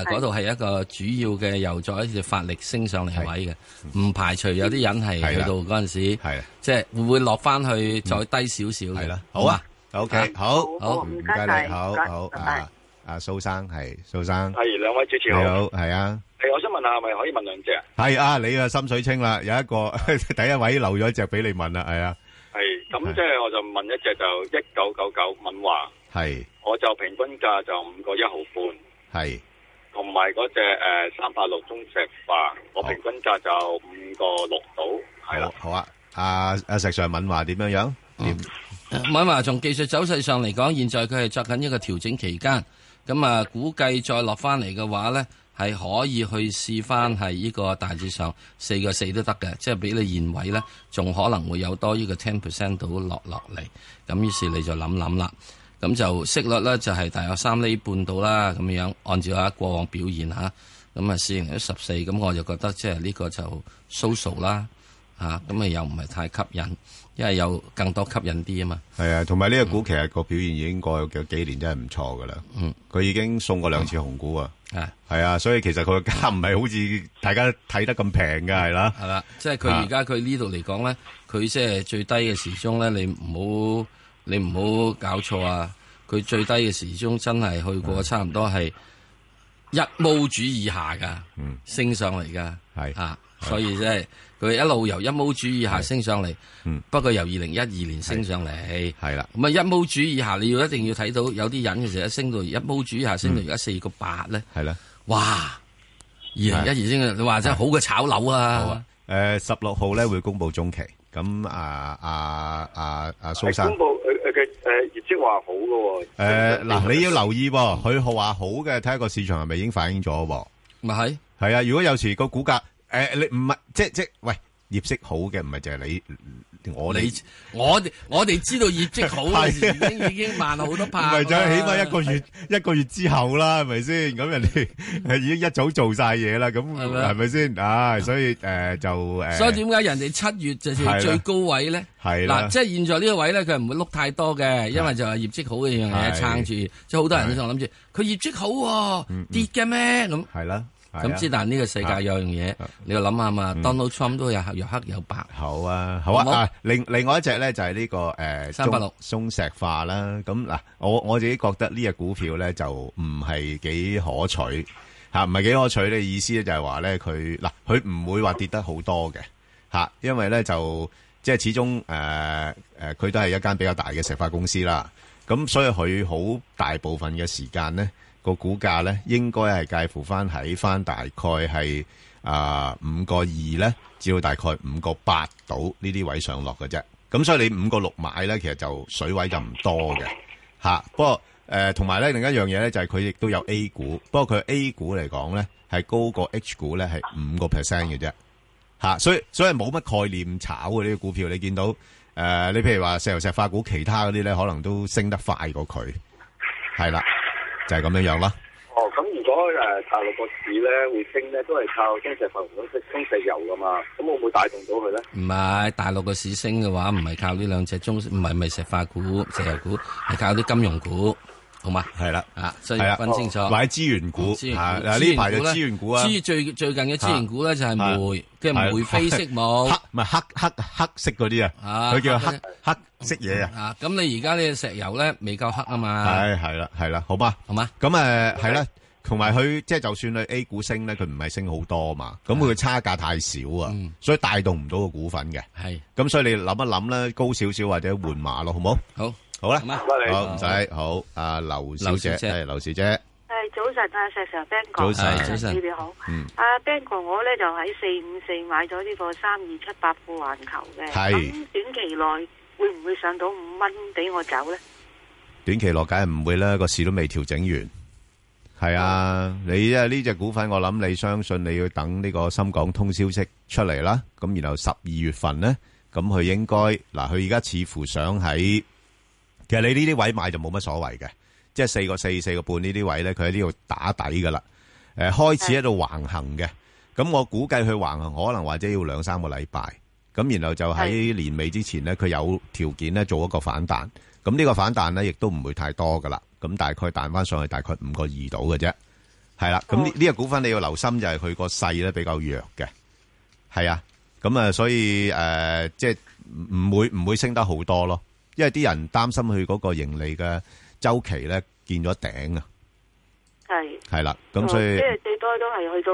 Speaker 2: 嗰度係一個主要嘅由再一次發力升上嚟嘅位嘅，唔排除有啲人係
Speaker 1: 係
Speaker 2: 去
Speaker 1: 啦
Speaker 2: 到嗰陣時，
Speaker 1: 係啦
Speaker 2: 即係會唔會落翻去再低少少嘅？
Speaker 1: 係啦，好啊，OK，好，
Speaker 6: 嗯好
Speaker 1: 唔
Speaker 6: 唔該
Speaker 1: 該
Speaker 6: 晒
Speaker 1: 你，好
Speaker 6: 唔該
Speaker 1: 好
Speaker 6: 拜拜
Speaker 1: 啊，阿蘇生係蘇生，
Speaker 7: 系兩位主
Speaker 1: 你
Speaker 7: 持好。
Speaker 1: 好，係啊，
Speaker 7: 誒，我想問下，係咪可以問兩隻？
Speaker 1: 係啊，你啊心水清啦，有一個 第一位漏咗一隻俾你問啦，係啊，
Speaker 7: 係咁
Speaker 1: 係，
Speaker 7: 即係我就問一隻就一九九九敏華，
Speaker 1: 係
Speaker 7: 我就平均價就五個一毫半，
Speaker 1: 係
Speaker 7: 同埋嗰只诶三八六中石化，我
Speaker 1: 好
Speaker 7: 平均價就五個六到，係啦
Speaker 1: 好。好啊，阿阿石尚敏話點樣樣？點
Speaker 2: 敏華從技術走勢上嚟講，現在佢係作緊一個調整期間，咁啊估計再落翻嚟嘅話呢，係可以去試翻係呢個大致上四個四都得嘅，即係俾你現位呢，仲可能會有多呢個 ten percent 到落落嚟，咁於是你就諗諗啦，咁就息率呢，就係大約三厘半到啦，咁樣按照啊過往表現嚇，咁啊市盈率十四，咁我就覺得即係呢個就 social 啦，嚇咁啊又唔係太吸引，因為有更多吸引啲啊嘛。
Speaker 1: 系啊，同埋呢個股其實個表現已經過有幾年真係唔錯噶啦。
Speaker 2: 嗯，
Speaker 1: 佢已經送過兩次紅股啊。
Speaker 2: 啊，
Speaker 1: 係啊，所以其實佢個價唔係好似大家睇得咁平噶，係啦。
Speaker 2: 系啦，即係佢而
Speaker 1: 啊
Speaker 2: 家佢呢度嚟講咧，佢即係最低嘅時鐘咧，你唔好你唔好搞錯啊！佢最低嘅時鐘真係去
Speaker 1: 啊
Speaker 2: 過差唔多係一毛主以下噶，
Speaker 1: 嗯
Speaker 2: 升上嚟噶，
Speaker 1: 係
Speaker 2: 啊，所以即係佢一路由一毛主以下升上嚟
Speaker 1: 嗯，
Speaker 2: 不過由二零一二年升上嚟。
Speaker 1: 係啦，
Speaker 2: 咁啊，一毛主以下，你要一定要睇到有啲人嘅時候，一升到一毛主以下，升
Speaker 1: 嗯
Speaker 2: 到而家四個八咧，
Speaker 1: 係啦。
Speaker 2: 哇！二零一二先，你話真係好過炒樓
Speaker 1: 好
Speaker 2: 啊
Speaker 1: 啊！。诶，十六號咧會公布中期。咁啊啊啊啊，苏
Speaker 7: 係
Speaker 1: 生
Speaker 7: 公。布佢佢嘅诶业绩话好嘅喎。
Speaker 1: 诶，嗱，你要留意喎，佢好話好嘅，睇下個市場係咪已經反映咗喎。
Speaker 2: 咪係
Speaker 1: 係啊，如果有時個股價诶，你唔係即即喂業績好嘅，唔係就係你我哋
Speaker 2: 你我哋我哋知道業績好嘅 時已經已經慢好多拍
Speaker 1: 唔
Speaker 2: 啦，
Speaker 1: 係就係起碼一個月一個月之後啦，係咪先？咁人哋 係已經一早做晒嘢啦，咁
Speaker 2: 係咪啊
Speaker 1: 係咪先？啊，所以誒就誒，
Speaker 2: 所以點解人哋七月就
Speaker 1: 係啦
Speaker 2: 係最高位咧？
Speaker 1: 係啦
Speaker 2: 嗱，即係現在呢個位咧，佢唔會碌太多嘅，因為就係業績好嘅樣嘢
Speaker 1: 係嗯
Speaker 2: 撐住，即係好多人都仲諗住佢業績好喎跌嘅咩咁。
Speaker 1: 係啦，係
Speaker 2: 咁
Speaker 1: 啊嗯
Speaker 2: 之但呢個世界有樣嘢，你要諗下嘛，Donald Trump 都有有黑有白，
Speaker 1: 好啊，好
Speaker 2: 好
Speaker 1: 啊，
Speaker 2: 唔好
Speaker 1: 啊，另另外一隻咧就係呢個誒
Speaker 2: 386
Speaker 1: 中石化啦。咁嗱，我我自己覺得呢只股票咧就唔係幾可取嚇，唔係幾可取嘅意思咧就係話咧佢嗱佢唔會話跌得好多嘅嚇，因為咧就即係始終誒誒佢都係一間比較大嘅石化公司啦。咁所以佢好大部分嘅時間咧個股價咧應該係介乎翻喺翻大概係。啊五個二咧，至到大概五個八到呢啲位上落嘅啫。咁所以你五個六買咧，其實就水位就唔多嘅嚇、不過誒，同埋咧另一樣嘢咧，就係佢亦都有 A 股，不過佢 A 股嚟講咧係高過 H 股咧係五個 percent 嘅啫嚇，所以所以冇乜概念炒嘅呢啲股票，你見到誒、你譬如話石油石化股，其他嗰啲咧可能都升得快過佢，係啦，就係、咁樣樣啦。
Speaker 7: 哦，咁如果诶大陸個市咧會升咧，都係靠中石化同中石油噶嘛，咁會唔會帶動到佢咧？
Speaker 2: 唔係大陸嘅市升嘅話，唔係靠呢兩隻中唔係唔係石化股、石油股，係靠啲金融股。好嘛？
Speaker 1: 系啦，
Speaker 2: 啊，所
Speaker 1: 系
Speaker 2: 以
Speaker 1: 啦，
Speaker 2: 分清楚。
Speaker 1: 或者資源股
Speaker 2: 資源
Speaker 1: 啊
Speaker 2: 股
Speaker 1: 嗱
Speaker 2: 資
Speaker 1: 呢
Speaker 2: 源
Speaker 1: 排就
Speaker 2: 股呢
Speaker 1: 資源股啊，
Speaker 2: 資最最近嘅資源股咧就係
Speaker 1: 啊
Speaker 2: 煤，即係
Speaker 1: 係
Speaker 2: 煤飛色舞
Speaker 1: 黑唔係黑黑黑色嗰啲啊，
Speaker 2: 啊
Speaker 1: 佢叫
Speaker 2: 黑
Speaker 1: 黑黑色嘢啊，
Speaker 2: 啊。咁你而家呢個石油咧未夠黑啊嘛，
Speaker 1: 係係啦係啦，好嘛，
Speaker 2: 好嘛？
Speaker 1: 咁诶係啦，同埋佢即係就算佢 A 股升咧，佢唔係升好多嘛，咁佢嘅差價太少啊
Speaker 2: 嗯，
Speaker 1: 所以帶動唔到個股份嘅，
Speaker 2: 係
Speaker 1: 咁所以你諗一諗咧，高少少或者換馬咯，好唔好？
Speaker 2: 好，
Speaker 1: 好啦
Speaker 2: 好，嘛？
Speaker 7: 唔該你
Speaker 1: 好唔使好，阿劉小
Speaker 2: 劉
Speaker 1: 姐
Speaker 2: 小姐
Speaker 1: 係劉小姐，
Speaker 8: 系早晨啊，石 Sir Ben
Speaker 1: 早
Speaker 8: 哥，
Speaker 1: 晨
Speaker 8: 石 Sir，你哋好
Speaker 1: 嗯。
Speaker 8: 阿 Ben 哥，我咧就喺四五四買咗呢個三二七八富環球嘅，
Speaker 1: 係
Speaker 8: 咁短期內會唔會上到五蚊俾我走咧？
Speaker 1: 短期落梗係唔會啦，個市都未調整完。係啊，你啊呢只股份，我諗你相信你要等呢個深港通消息出嚟啦，咁然後十二月份呢，咁佢應該嗱，佢而家似乎想喺，其實你呢啲位買就冇乜所謂嘅，即係四個四、四個半呢啲位呢，佢喺呢度打底噶啦，诶、開始喺度橫行嘅，咁我估計佢橫行可能或者要兩三個禮拜，咁然後就喺年尾之前呢，佢有條件呢做一個反彈。咁呢個反彈咧，亦都唔會太多噶啦。咁大概彈翻上去大概五個二度嘅啫，係啦。咁呢呢個股份你要留心就係佢個勢咧比較弱嘅，係啊。咁啊，所以誒、呃即係唔唔會唔會升得好多咯，因為啲人擔心佢嗰個盈利嘅周期咧見咗頂啊，
Speaker 8: 係，
Speaker 1: 係啦。咁所以
Speaker 8: 哦即係最多都係去到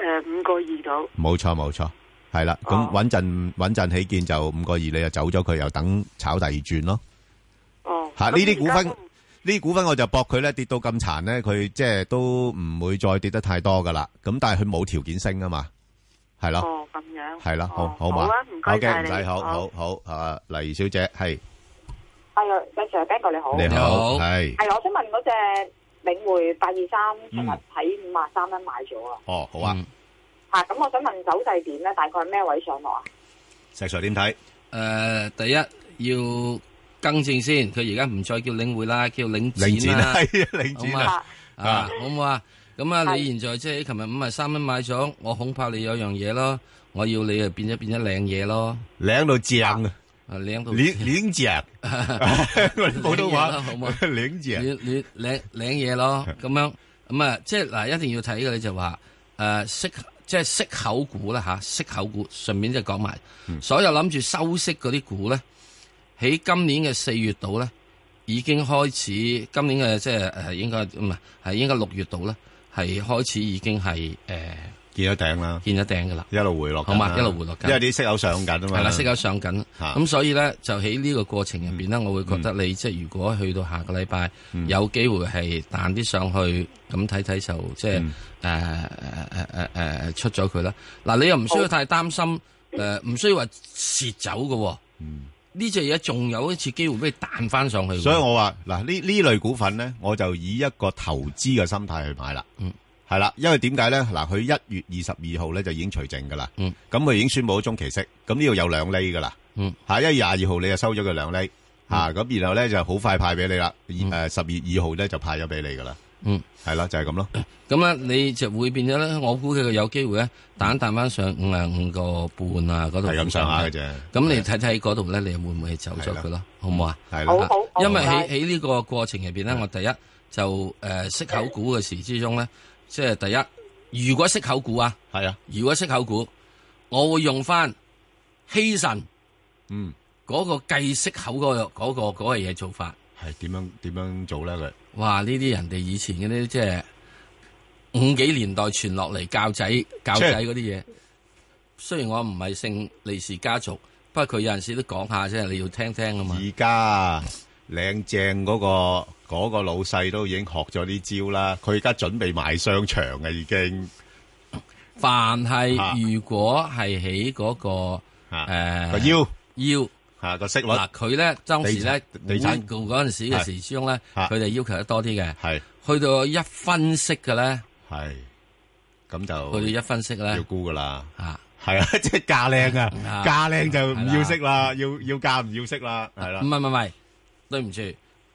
Speaker 8: 誒五個二度。
Speaker 1: 冇錯冇錯，係啦。咁
Speaker 8: 哦
Speaker 1: 穩陣穩陣起見就五個二，你就走咗佢，又等炒第二轉咯。
Speaker 8: 哦，
Speaker 1: 嚇
Speaker 8: 咁
Speaker 1: 呢啲股份
Speaker 8: 而家都唔
Speaker 1: 呢啲股份我就搏佢咧跌到咁殘咧，佢即係都唔會再跌得太多噶啦。咁但係佢冇條件升啊嘛，係咯，
Speaker 8: 哦咁樣，
Speaker 1: 係咯，好
Speaker 8: 哦
Speaker 1: 好嘛
Speaker 8: 啊，唔該
Speaker 1: 嘅，
Speaker 8: 晒
Speaker 1: 唔
Speaker 8: 你，
Speaker 1: 使，好好好啊，黎小姐係
Speaker 9: 係啊，石 Sir Ben 哥你好，
Speaker 1: 你
Speaker 9: 係
Speaker 1: 好，
Speaker 2: 好
Speaker 1: 係
Speaker 9: 我想問嗰只領匯八二三，琴日喺五啊三蚊買咗啊，
Speaker 1: 哦好啊，
Speaker 2: 嗯
Speaker 9: 吓咁我想問走勢點咧？大概咩位上落啊？
Speaker 1: 石 Sir 點睇？
Speaker 2: 嗯誒，第一要更正先，佢而家唔再叫領匯啦，叫領
Speaker 1: 領
Speaker 2: 展
Speaker 1: 展
Speaker 2: 啦
Speaker 1: 啊，。 係啊，領展啊，
Speaker 9: 啊
Speaker 2: 啊，好唔好啊？咁啊，
Speaker 9: 係
Speaker 2: 你現在即係琴日五十三蚊買咗，我恐怕你有樣嘢咯，我要你啊變一變一靚嘢咯，
Speaker 1: 領到正啊，
Speaker 2: 啊靚到
Speaker 1: 領領正，我哋普通話
Speaker 2: 領嘢啦好 嘛
Speaker 1: 領正，
Speaker 2: 你你領領嘢咯，咁樣咁啊，即係嗱，一定要睇嘅你就話誒息，即係息口股啦吓，息口股，順便就講埋，所有諗住收息嗰啲股咧，喺今年嘅四月度咧，已經開始，今年嘅即係誒應該唔係係應該六月度咧，係開始已經係誒、呃、
Speaker 1: 見咗頂啦，
Speaker 2: 見咗頂嘅啦。
Speaker 1: 一路回落緊
Speaker 2: 好
Speaker 1: 啦，
Speaker 2: 嘛一路回落緊
Speaker 1: 因為啲息口上緊啊嘛，
Speaker 2: 係啦，息口上緊，
Speaker 1: 嚇
Speaker 2: 咁所以咧就喺呢個過程入邊
Speaker 1: 嗯
Speaker 2: 咧，我會覺得你即係如果去到下個禮拜有機會係彈啲上去，咁睇睇就即係
Speaker 1: 嗯
Speaker 2: 誒誒誒誒誒出咗佢啦。嗱，你又唔需要太擔心，誒唔需要話蝕走嘅喎。呢只嘢仲有一次機會俾你彈翻上去喎。
Speaker 1: 嗯所以我話嗱呢呢类股份咧，我就以一個投資嘅心態去買啦。
Speaker 2: 嗯，
Speaker 1: 系啦，因為點解咧？嗱，佢一月二十二號咧就已經除淨噶啦。
Speaker 2: 嗯，
Speaker 1: 咁佢已經宣布咗中期息，咁呢度有兩厘噶啦。
Speaker 2: 嗯，
Speaker 1: 吓一月廿二號你就收咗佢兩厘，吓咁然後咧就好快派俾你啦。诶，十月二號咧就派咗俾你噶啦。
Speaker 2: 嗯，
Speaker 1: 係啦，就係咁 咯。
Speaker 2: 咁咧，你就會變咗咧。我估計佢有機會咧彈一彈翻上五啊五個半啊嗰度。
Speaker 1: 係咁上下嘅。啫。
Speaker 2: 咁你睇睇嗰度咧，你會唔會係走咗佢咯？好唔好啊？
Speaker 1: 係
Speaker 9: 好
Speaker 1: 啦，
Speaker 9: 好好
Speaker 2: 因為
Speaker 9: 唔該
Speaker 2: 喺喺呢個過程入邊咧，我第一就誒息口股嘅時之中咧，即係第一，如果息口股啊，
Speaker 1: 係啊，
Speaker 2: 如果息口股，我會用翻希神
Speaker 1: 嗯，
Speaker 2: 嗰個計息口嗰、個嗰、個嗰、個嘢做法。
Speaker 1: 係點樣点样做咧？佢
Speaker 2: 哇！呢啲人哋以前嗰啲即係五幾年代傳落嚟教仔教仔嗰啲嘢，雖然我唔係姓利氏家族，不過佢有陣時都講下啫，你要聽聽啊嘛。
Speaker 1: 而家領正嗰、個嗰、個老細都已經學咗啲招啦，佢而家準備賣商場嘅已經
Speaker 2: 凡
Speaker 1: 啊
Speaker 2: 係如果係喺嗰個
Speaker 1: 嚇
Speaker 2: 誒
Speaker 1: 個腰
Speaker 2: 要
Speaker 1: 嚇個息率
Speaker 2: 嗱，佢咧當時咧
Speaker 1: 地產地產
Speaker 2: 股嗰陣時嘅時之中咧，
Speaker 1: 啊
Speaker 2: 佢哋要求得多啲嘅，
Speaker 1: 係
Speaker 2: 去到一分息嘅咧，
Speaker 1: 係咁
Speaker 2: 去到
Speaker 1: 就
Speaker 2: 一分息
Speaker 1: 要
Speaker 2: 咧
Speaker 1: 沽噶啦，
Speaker 2: 啊，
Speaker 1: 係啊， 即係價靚啊，
Speaker 2: 啊
Speaker 1: 價靚就唔
Speaker 2: 係啦
Speaker 1: 要息啦，要要價唔要息啦，係啦
Speaker 2: 唔，係唔係唔係，對唔住，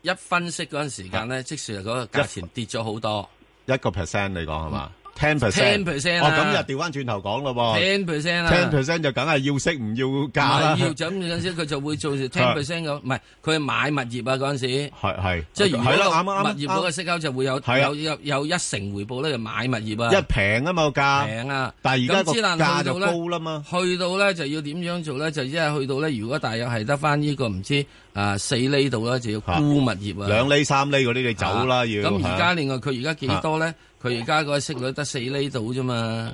Speaker 2: 一分息嗰陣時間咧，即使係嗰個價錢跌咗好多，
Speaker 1: 一個 percent 你講係嘛？ 10%
Speaker 2: 10%
Speaker 1: 哦，
Speaker 2: 啊。
Speaker 1: 咁就調返轉頭講咯喎。
Speaker 2: ten percent 啦，
Speaker 1: 10%就梗係要息唔要價啦。
Speaker 2: 唔係要就咁嗰陣時，佢就會做 ten percent 咁，唔係佢係買物業啊嗰陣時。
Speaker 1: 係-係。
Speaker 2: 即係如果個
Speaker 1: 係啦，啱啊，啱啊，
Speaker 2: 物業嗰個息口就會有
Speaker 1: 係啊
Speaker 2: 有有有一成回報咧，就買物業啊，
Speaker 1: 啱。因為平啊嘛，個價。
Speaker 2: 平啊。
Speaker 1: 但係而家
Speaker 2: 咁
Speaker 1: 個
Speaker 2: 之但
Speaker 1: 價
Speaker 2: 去到
Speaker 1: 就
Speaker 2: 咧
Speaker 1: 高啦嘛。
Speaker 2: 去到咧就要點樣做咧？就即係去到咧，如果大約係得翻呢個唔知啊四厘度啦，就要沽物業啊。
Speaker 1: 兩厘、三厘嗰啲你走啦，
Speaker 2: 啊
Speaker 1: 要，
Speaker 2: 咁而
Speaker 1: 係啊。
Speaker 2: 家另外佢而家幾多咧？佢而家個息率得四厘度啫嘛。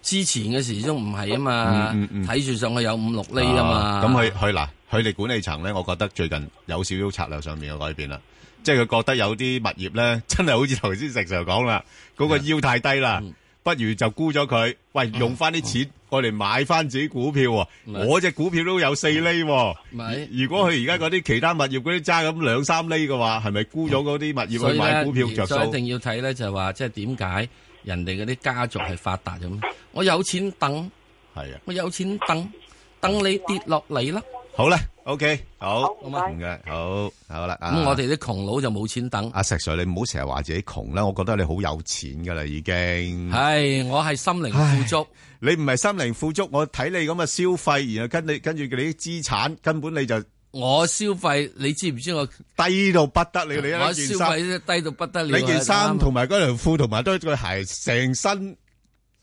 Speaker 2: 之前嘅時鐘唔係啊嘛
Speaker 1: 嗯嗯嗯，
Speaker 2: 睇住上去有五六厘啊嘛。
Speaker 1: 啊，咁佢-佢嗱，佢哋管理層呢，我覺得最近有少少策略上面嘅改變啦。即係佢覺得有啲物業呢，真係好似頭先石Sir講啦，嗰個
Speaker 2: 嗯
Speaker 1: 腰太低啦，不如就沽咗佢，喂，用返啲錢，我嚟買返自己股票喎，
Speaker 2: 咪。
Speaker 1: 我隻股票都有四厘喎，
Speaker 2: 嗯咪。
Speaker 1: 如果佢而家嗰啲其他物業嗰啲揸咁兩三厘嘅話，係咪沽咗嗰啲物業去
Speaker 2: 嗯所以咧
Speaker 1: 買股票着數？
Speaker 2: 所以一定要睇咧，就係話即係點解人哋嗰啲家族係發達咁？我有錢等，
Speaker 1: 啊
Speaker 2: 我有錢等，等你跌落嚟啦。
Speaker 1: 係啊，好啦，OK，好，
Speaker 9: 好，唔該。
Speaker 1: 唔該，好，好啦，啊。
Speaker 2: 咁我哋啲窮佬就冇錢等。
Speaker 1: 阿石 Sir，你唔好成日話自己窮啦，我覺得你好有錢噶啦，已經。
Speaker 2: 唉，我係心靈富足，
Speaker 1: 你唔係心靈富足，我睇你咁嘅消費，然後跟你跟住你啲資產，根本你就
Speaker 2: 我消費，你知唔知我？
Speaker 1: 低到不得了。你
Speaker 2: 我
Speaker 1: 一
Speaker 2: 消
Speaker 1: 件衫，
Speaker 2: 費低到不得了啊。
Speaker 1: 你件
Speaker 2: 啱啊
Speaker 1: 衫同埋嗰條褲同埋都對鞋，成身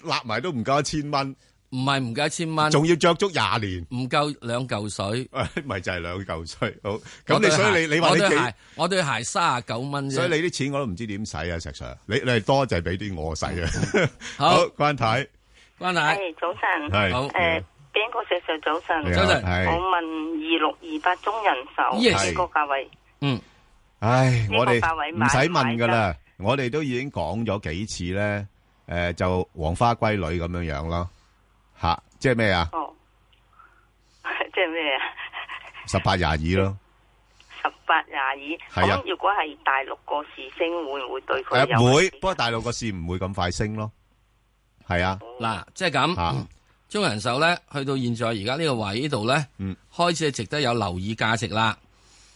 Speaker 1: 揦埋都唔夠一千蚊，
Speaker 2: 唔係唔夠一千蚊，
Speaker 1: 仲要着足廿年，
Speaker 2: 唔夠兩嚿水。
Speaker 1: 咪就係兩嚿水。好，
Speaker 2: 我
Speaker 1: 咁
Speaker 2: 對
Speaker 1: 你所以
Speaker 2: 鞋
Speaker 1: 你你話
Speaker 2: 我
Speaker 1: 你
Speaker 2: 對
Speaker 1: 幾
Speaker 2: 鞋？我對鞋三啊九蚊啫。
Speaker 1: 所以你啲錢我都唔知點使啊，石 Sir。你你係多就係俾啲我使啊。
Speaker 2: 好
Speaker 1: 好，關太
Speaker 2: 關太
Speaker 3: 系早晨，
Speaker 1: 係
Speaker 2: 好
Speaker 3: 诶，边个石 Sir 早晨，
Speaker 1: 你
Speaker 2: 早
Speaker 1: 好
Speaker 2: 晨
Speaker 1: 係
Speaker 3: 我问二六二八中人壽
Speaker 2: Yes
Speaker 3: 呢個價位，
Speaker 2: 嗯，
Speaker 1: 唉，
Speaker 3: 呢個
Speaker 1: 我哋
Speaker 3: 價位
Speaker 1: 唔
Speaker 3: 買
Speaker 1: 使問
Speaker 3: 買
Speaker 1: 噶啦，我哋都已經講咗幾次咧，诶、就黃花閨女咁樣樣咯，吓、即係咩啊？
Speaker 3: 哦，即係咩啊？
Speaker 1: 十八廿二咯，
Speaker 3: 十八廿二，
Speaker 1: 係啊
Speaker 3: 咁如果係大陸個市升，會唔會對
Speaker 1: 诶、
Speaker 3: 佢有
Speaker 1: 會，不
Speaker 3: 不
Speaker 1: 過大陸個市唔會咁快升咯，係啊，
Speaker 2: 嗱，即係
Speaker 1: 吓、
Speaker 2: 咁。中人壽咧，去到現在而家呢個位呢度咧，
Speaker 1: 嗯
Speaker 2: 開始係值得有留意價值啦。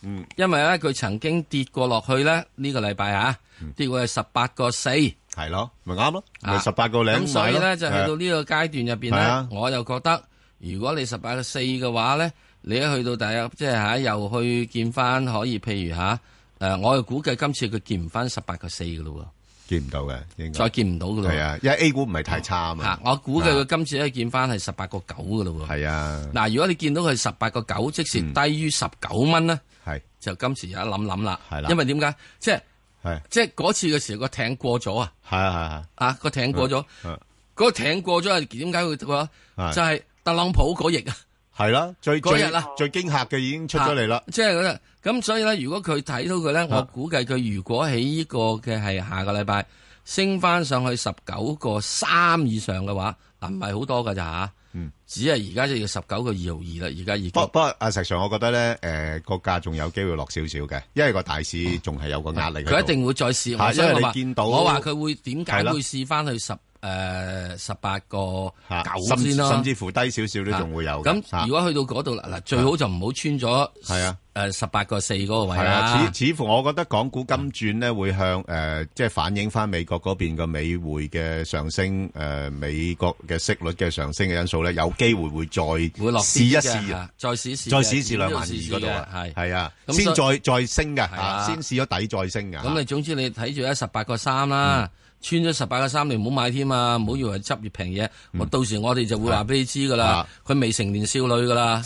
Speaker 1: 嗯，
Speaker 2: 因為咧佢曾經跌過落去咧，呢、個禮拜啊，
Speaker 1: 嗯
Speaker 2: 跌過去十八個四，
Speaker 1: 係咯，咪啱咯，
Speaker 2: 啊
Speaker 1: 咪十八個零
Speaker 2: 咁所以咧就去到
Speaker 1: 係啊
Speaker 2: 呢個階段入邊
Speaker 1: 係
Speaker 2: 咧
Speaker 1: 啊，
Speaker 2: 我又覺得如果你十八個四嘅話咧，你一去到大約即係嚇又去見翻可以，譬如嚇誒，我又估計今次佢見唔翻十八個四嘅咯
Speaker 1: 見唔到嘅，應
Speaker 2: 喎，
Speaker 1: 該
Speaker 2: 再見唔到嘅咯
Speaker 1: 係
Speaker 2: 喎。
Speaker 1: 嗯啊，因為 A 股唔係太差啊
Speaker 2: 嚇
Speaker 1: 嘛，
Speaker 2: 我估計佢今次咧見翻係十八個九嘅咯喎。
Speaker 1: 係啊，
Speaker 2: 嗱，如果你見到佢十八個九，即時
Speaker 1: 嗯
Speaker 2: 低於十九蚊咧，
Speaker 1: 係
Speaker 2: 就今時有一諗諗啦。
Speaker 1: 係啦
Speaker 2: 因為點解？即係
Speaker 1: 係
Speaker 2: 即係嗰次嘅時候個艇過咗啊！
Speaker 1: 係啊
Speaker 2: 啊個艇過咗，
Speaker 1: 係啊
Speaker 2: 嗰個艇過咗係點解會過？
Speaker 1: 係
Speaker 2: 就係特朗普嗰役啊！
Speaker 1: 係啦，最
Speaker 2: 嗰
Speaker 1: 最
Speaker 2: 日啊
Speaker 1: 最驚嚇嘅已經出咗嚟啦
Speaker 2: 啊，即係嗰日咁，所以咧，如果佢睇到佢咧，
Speaker 1: 啊
Speaker 2: 我估計佢如果喺呢個嘅係下個禮拜升翻上去十九個三以上嘅話，嗱唔係好多㗎咋嚇，
Speaker 1: 嗯
Speaker 2: 只係而家就要十九個二毫二啦，而家已經
Speaker 1: 不不過阿石 Sir，我覺得咧，诶個價仲有機會落少少嘅，因為個大市仲係有個壓力喺
Speaker 2: 嗯
Speaker 1: 度。
Speaker 2: 佢一定會再試。
Speaker 1: 嚇
Speaker 2: 我所以
Speaker 1: 因為
Speaker 2: 我
Speaker 1: 你
Speaker 2: 話
Speaker 1: 見到
Speaker 2: 我話佢會點解
Speaker 1: 係啦
Speaker 2: 會試翻去十誒十八個
Speaker 1: 嚇
Speaker 2: 九
Speaker 1: 甚
Speaker 2: 先咯？
Speaker 1: 甚至乎低少少都仲會有嘅。
Speaker 2: 咁如果去到嗰度啦，嗱最好就唔好穿咗
Speaker 1: 係啊
Speaker 2: 誒十八個四嗰個位
Speaker 1: 系啊，
Speaker 2: 啦。
Speaker 1: 似似乎我覺得港股金轉咧會向诶、呃即係反映翻美國嗰邊個美匯嘅上升，诶、美國嘅息率嘅上升嘅因素咧，有機會會再
Speaker 2: 會落
Speaker 1: 試一
Speaker 2: 啲嘅
Speaker 1: 試啊，
Speaker 2: 嚇再試一試嘅，
Speaker 1: 再試一試兩
Speaker 2: 點都
Speaker 1: 萬二
Speaker 2: 試一試
Speaker 1: 嗰度啊
Speaker 2: 嘅，係。
Speaker 1: 係啊，
Speaker 2: 咁
Speaker 1: 先
Speaker 2: 所
Speaker 1: 再再升嘅
Speaker 2: 係
Speaker 1: 吓，
Speaker 2: 啊
Speaker 1: 先試咗底再升嘅。
Speaker 2: 咁你總之你睇住一十八個三啦，
Speaker 1: 嗯
Speaker 2: 穿咗十八個三你唔好買添啊！唔好以為執越平嘢，我到時我哋就會話俾你知噶啦
Speaker 1: 嗯啊，
Speaker 2: 佢未成年少女噶 啦，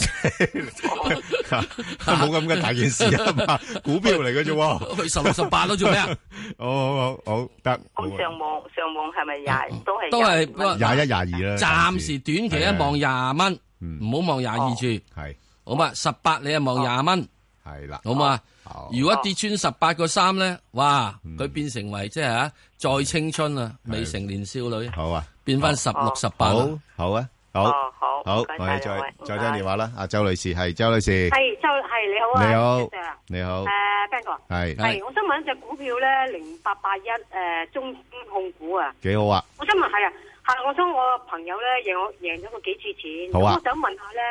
Speaker 1: 冇咁嘅大件事啊 嘛，股票嚟嘅啫喎。
Speaker 2: 佢十六十八咯，做 咩啊？
Speaker 1: 好好好好得，
Speaker 3: 咁上網上網係咪廿都係
Speaker 2: 都係
Speaker 3: 22蚊
Speaker 2: 嗱
Speaker 1: 廿一廿二啦，
Speaker 2: 暫時短期一望
Speaker 1: 啊
Speaker 2: 廿蚊，
Speaker 1: 嗯
Speaker 2: 唔好望廿二住，
Speaker 1: 係
Speaker 2: 好嘛？十八你啊
Speaker 1: 哦
Speaker 2: 望廿蚊，
Speaker 1: 係啦，
Speaker 2: 好嘛？
Speaker 1: 好
Speaker 2: 如果跌穿十八個三咧，哇！
Speaker 1: 嗯
Speaker 2: 佢變成為即係啊，再青春啊，
Speaker 1: 係
Speaker 2: 未成年少女，
Speaker 1: 好啊，
Speaker 2: 變翻十六十八。
Speaker 1: 好好啊，好
Speaker 3: 哦好
Speaker 1: 好，
Speaker 3: 唔
Speaker 1: 我哋
Speaker 3: 該晒兩
Speaker 1: 再
Speaker 3: 位
Speaker 1: 再
Speaker 3: 唔
Speaker 1: 聽
Speaker 3: 該
Speaker 1: 電話啦，阿周女士係周女士，
Speaker 9: 係就係你好啊，
Speaker 1: 你好
Speaker 9: Sir 啊
Speaker 1: 你好，
Speaker 9: 誒 Ben 哥，
Speaker 1: 係
Speaker 2: 係
Speaker 9: 係我想問一隻股票咧，零八八一誒中金控股啊。
Speaker 1: 幾好啊，
Speaker 9: 我想問係啊，係我想我朋友咧贏我贏咗個幾次錢，
Speaker 1: 好
Speaker 9: 咁、
Speaker 1: 啊
Speaker 9: 我想問下咧，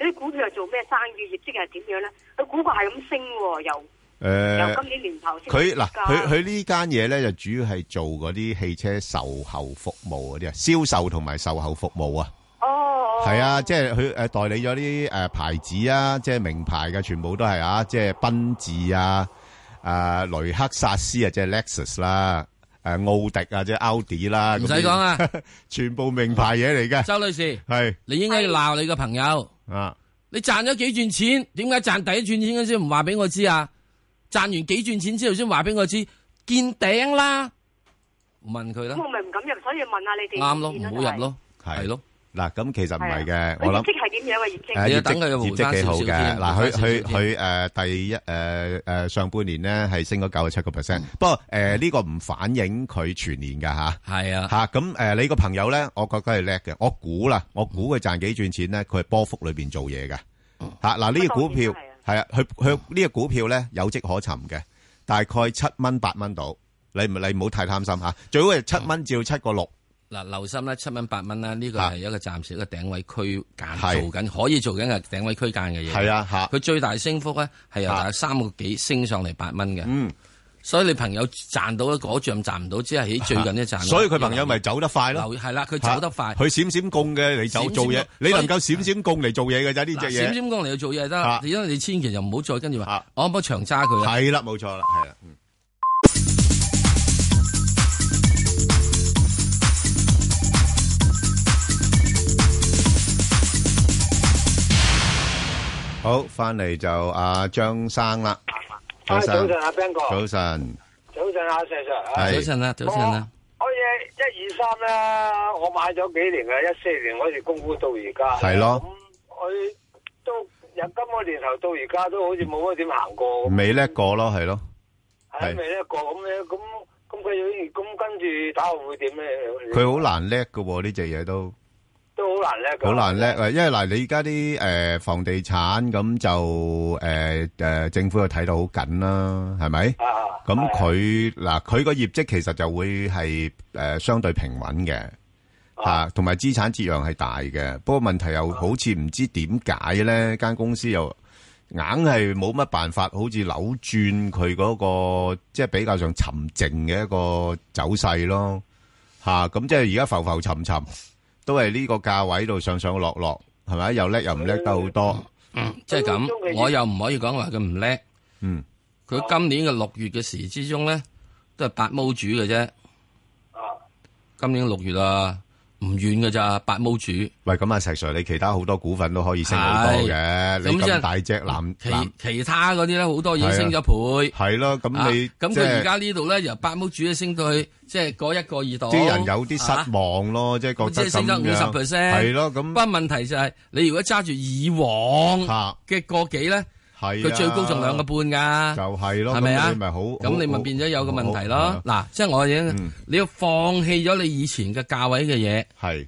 Speaker 9: 你啲股票係做咩生意，業績係點樣咧？佢股價係咁升喎，由
Speaker 1: 诶、
Speaker 9: 由今年年頭先
Speaker 1: 佢嗱，
Speaker 9: 加
Speaker 1: 佢佢呢間嘢咧就主要係做嗰啲汽車售後服務嗰啲啊，銷售同埋售後服務啊，
Speaker 9: 哦，
Speaker 1: 係啊，即係佢诶代理咗啲诶牌子啊，即係名牌嘅，全部都係啊，即係賓治啊，诶、雷克薩斯啊，即係 Lexus 啦，诶、奧迪啊，即係 Audi 啦，
Speaker 2: 唔
Speaker 1: 咁
Speaker 2: 使
Speaker 1: 樣
Speaker 2: 講啊，
Speaker 1: 全部名牌嘢嚟嘅，
Speaker 2: 周女士，
Speaker 1: 係
Speaker 2: 你應該鬧你個朋友。
Speaker 1: 啊，
Speaker 2: 你賺咗幾轉錢？點解賺第一轉錢嗰陣時唔話俾我知啊？賺完幾轉錢之後先話俾我知，見頂啦，問佢啦
Speaker 9: 咁，我咪唔敢入，所以問下你哋
Speaker 2: 啱咯，
Speaker 9: 意見
Speaker 2: 唔好入咯，
Speaker 1: 係
Speaker 2: 係咯，
Speaker 1: 嗱，咁其實唔係
Speaker 9: 係啊
Speaker 1: 嘅，我諗
Speaker 9: 佢。業績係點樣嘅業績？
Speaker 1: 誒
Speaker 2: 你
Speaker 1: 業
Speaker 2: 要
Speaker 1: 績
Speaker 2: 等佢
Speaker 1: 業
Speaker 2: 回
Speaker 1: 績
Speaker 2: 翻
Speaker 1: 幾
Speaker 2: 少
Speaker 1: 好
Speaker 2: 少
Speaker 1: 嘅
Speaker 2: 先
Speaker 1: 嗱，
Speaker 2: 回
Speaker 1: 佢
Speaker 2: 翻少
Speaker 1: 佢
Speaker 2: 少
Speaker 1: 佢誒第一誒誒上半年咧係升咗九十七個 percent，不過誒呢個唔反映佢全年㗎嚇
Speaker 2: 係啊，
Speaker 1: 嚇咁誒你個朋友咧，我覺得係叻嘅，我估啦，我估佢賺幾轉錢咧，佢係波幅裏邊做嘢嘅嚇嗱呢個股票
Speaker 9: 當然
Speaker 1: 係啊，佢佢呢個股票咧有跡可尋嘅，大概七蚊八蚊度，你唔你唔好太貪心嚇，最好係七蚊至到七個六。
Speaker 2: 嗱，留心啦，七蚊八蚊啦，呢個
Speaker 1: 啊
Speaker 2: 係一個暫時一個頂位區間
Speaker 1: 係
Speaker 2: 做緊，可以做緊嘅頂位區間嘅嘢。
Speaker 1: 係啊嚇
Speaker 2: 佢最大升幅咧係由
Speaker 1: 啊
Speaker 2: 大概三個幾升上嚟八蚊嘅，
Speaker 1: 嗯，
Speaker 2: 所以你朋友賺到咧嗰仗賺唔到，只係喺最近一賺。
Speaker 1: 所以佢朋友咪走得快咯。
Speaker 2: 留意係啦，佢走得快。
Speaker 1: 佢閃閃供嘅嚟走-
Speaker 2: 閃閃
Speaker 1: 做嘢，
Speaker 2: 供，所
Speaker 1: 你
Speaker 2: 以-
Speaker 1: 能夠閃閃供嚟做嘢嘅咋，呢隻
Speaker 2: 嗱，
Speaker 1: 嘢。
Speaker 2: 閃閃光嚟去做嘢得
Speaker 1: 啊
Speaker 2: 啦，因為你千祈就唔好再跟住話
Speaker 1: 啊，
Speaker 2: 我可唔可以長揸佢啊？
Speaker 1: 係啦，冇錯啦，係啦，嗯。好，返嚟就阿張生啦。
Speaker 10: 啊，
Speaker 1: 早
Speaker 10: 早
Speaker 1: 晨。
Speaker 10: 晨啊，Ben 哥，
Speaker 1: 早晨。
Speaker 10: 早晨啊，Sir Sir，
Speaker 1: 係
Speaker 2: 早晨啦，早晨啦，
Speaker 10: 我嘢一二三啦，我買咗幾年嘅，一四年嗰時功夫到而家，
Speaker 1: 係咯
Speaker 10: 咁佢都由今個年頭到而家都好似冇乜點行過，
Speaker 1: 未叻過咯，係咯。係
Speaker 10: 係未叻過咁咧，咁咁佢要咁跟住打後會點咧？
Speaker 1: 佢好難叻㗎喎，呢隻嘢都。
Speaker 10: 都好難叻㗎，
Speaker 1: 好難叻啊！因為嗱，你而家啲诶房地產咁就诶诶、呃政府又睇到好緊啦，係咪？
Speaker 10: 啊，
Speaker 1: 咁
Speaker 10: 係
Speaker 1: 佢嗱，佢個業績其實就會係诶相對平穩嘅
Speaker 2: 哦
Speaker 1: 吓，同埋資產折讓係大嘅。不過問題又好似唔知點解咧，間公司又硬係冇乜辦法，好似扭轉佢嗰、個即係比較上沉靜嘅一個走勢咯。吓咁、即係而家浮浮沉沉，都係呢個價位度上上落落，係咪？又叻又唔叻得好
Speaker 2: 嗯
Speaker 1: 多，
Speaker 2: 即係咁，我又唔可以講話佢唔叻。
Speaker 1: 嗯，
Speaker 2: 佢今年嘅六月嘅時之中咧，都係八毛主嘅啫。
Speaker 10: 啊
Speaker 2: 今年六月啊，唔遠嘅咋，八毛主。
Speaker 1: 喂，咁啊，石 Sir，你其他好多股份都可以升好多嘅，你
Speaker 2: 咁即
Speaker 1: 咁
Speaker 2: 係
Speaker 1: 大隻藍
Speaker 2: 其
Speaker 1: 藍
Speaker 2: 其他嗰啲咧，好多已經升咗倍。
Speaker 1: 係咯，咁你
Speaker 2: 啊咁
Speaker 1: 即
Speaker 2: 佢
Speaker 1: 係
Speaker 2: 而家呢度咧，由八毛主咧升到去即係嗰一個二度。
Speaker 1: 啲人有啲
Speaker 2: 啊
Speaker 1: 失望咯，即係覺
Speaker 2: 即
Speaker 1: 得
Speaker 2: 係升咗
Speaker 1: 咁
Speaker 2: 五
Speaker 1: 樣
Speaker 2: 十 percent，
Speaker 1: 係咯，
Speaker 2: 不
Speaker 1: 咁
Speaker 2: 過問題就係、你如果揸住以往
Speaker 1: 嚇
Speaker 2: 嘅個幾咧，
Speaker 1: 係
Speaker 2: 佢最高仲兩個半㗎，
Speaker 1: 啊就係咯，
Speaker 2: 係咪啊？
Speaker 1: 咁你咪好，
Speaker 2: 咁你咪變咗有個問題
Speaker 1: 好
Speaker 2: 咯。。嗱，即係我已
Speaker 1: 嗯
Speaker 2: 經你要放棄咗你以前嘅價位嘅嘢
Speaker 1: 係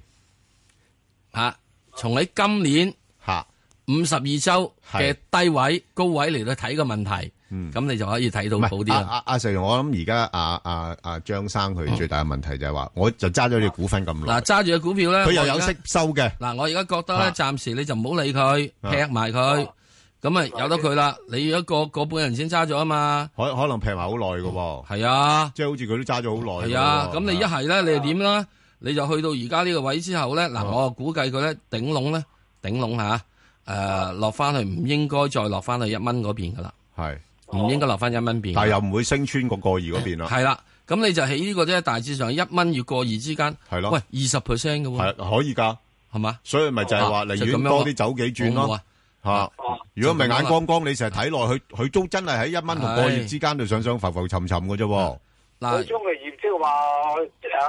Speaker 2: 嚇，從你今年
Speaker 1: 嚇，
Speaker 2: 五十二周嘅
Speaker 1: 係
Speaker 2: 低位高位嚟到睇個問題，
Speaker 1: 嗯
Speaker 2: 咁你就可以睇
Speaker 1: 唔啊
Speaker 2: 到好
Speaker 1: 係
Speaker 2: 啲
Speaker 1: 阿
Speaker 2: 啦。
Speaker 1: 阿阿石，我諗而家阿阿阿張生佢最大嘅問題就係話，我就揸咗你股份咁耐
Speaker 2: 嗱，，揸住嘅股票咧，
Speaker 1: 啊佢又
Speaker 2: 我而
Speaker 1: 有
Speaker 2: 家
Speaker 1: 息收嘅，
Speaker 2: 嗱，我而家覺得
Speaker 1: 啊
Speaker 2: 咧，暫時你就唔好理佢，
Speaker 1: 啊
Speaker 2: 劈埋佢，咁啊由得佢啦。你一個個半人先揸咗啊嘛，
Speaker 1: 可可能平埋好耐嘅喎，
Speaker 2: 係啊。
Speaker 1: 即係好似佢都揸咗好耐㗎喎。
Speaker 2: 系啊，咁你一係咧，你又點啦？你就去到而家呢個位之後咧，嗱，
Speaker 1: 嗯
Speaker 2: 我估計佢咧頂籠咧，頂籠吓，诶，呃落翻去唔應該再落翻去一蚊嗰邊噶啦，
Speaker 1: 係，
Speaker 2: 唔應該落翻一蚊邊。
Speaker 1: 但係又唔會升穿個個二嗰邊啦，
Speaker 2: 係啦，咁你就喺呢個啫，大致上一蚊與過二之間，
Speaker 1: 係咯啊
Speaker 2: 喂，二十 percent 嘅喎，
Speaker 1: 係可以㗎，
Speaker 2: 係嘛？
Speaker 1: 所以咪就係話
Speaker 2: 啊
Speaker 1: 寧
Speaker 2: 就咁
Speaker 1: 願
Speaker 2: 樣
Speaker 1: 多
Speaker 2: 咯
Speaker 1: 啲走幾
Speaker 2: 好
Speaker 1: 轉
Speaker 2: 唔好
Speaker 1: 咯
Speaker 2: 啊。
Speaker 1: 吓，如果唔係眼光光，你成日睇落去，佢都真係喺一蚊同個月之間度上上浮浮沉沉嘅啫喎。
Speaker 10: 佢
Speaker 2: 嗱，
Speaker 10: 中嘅業績話誒，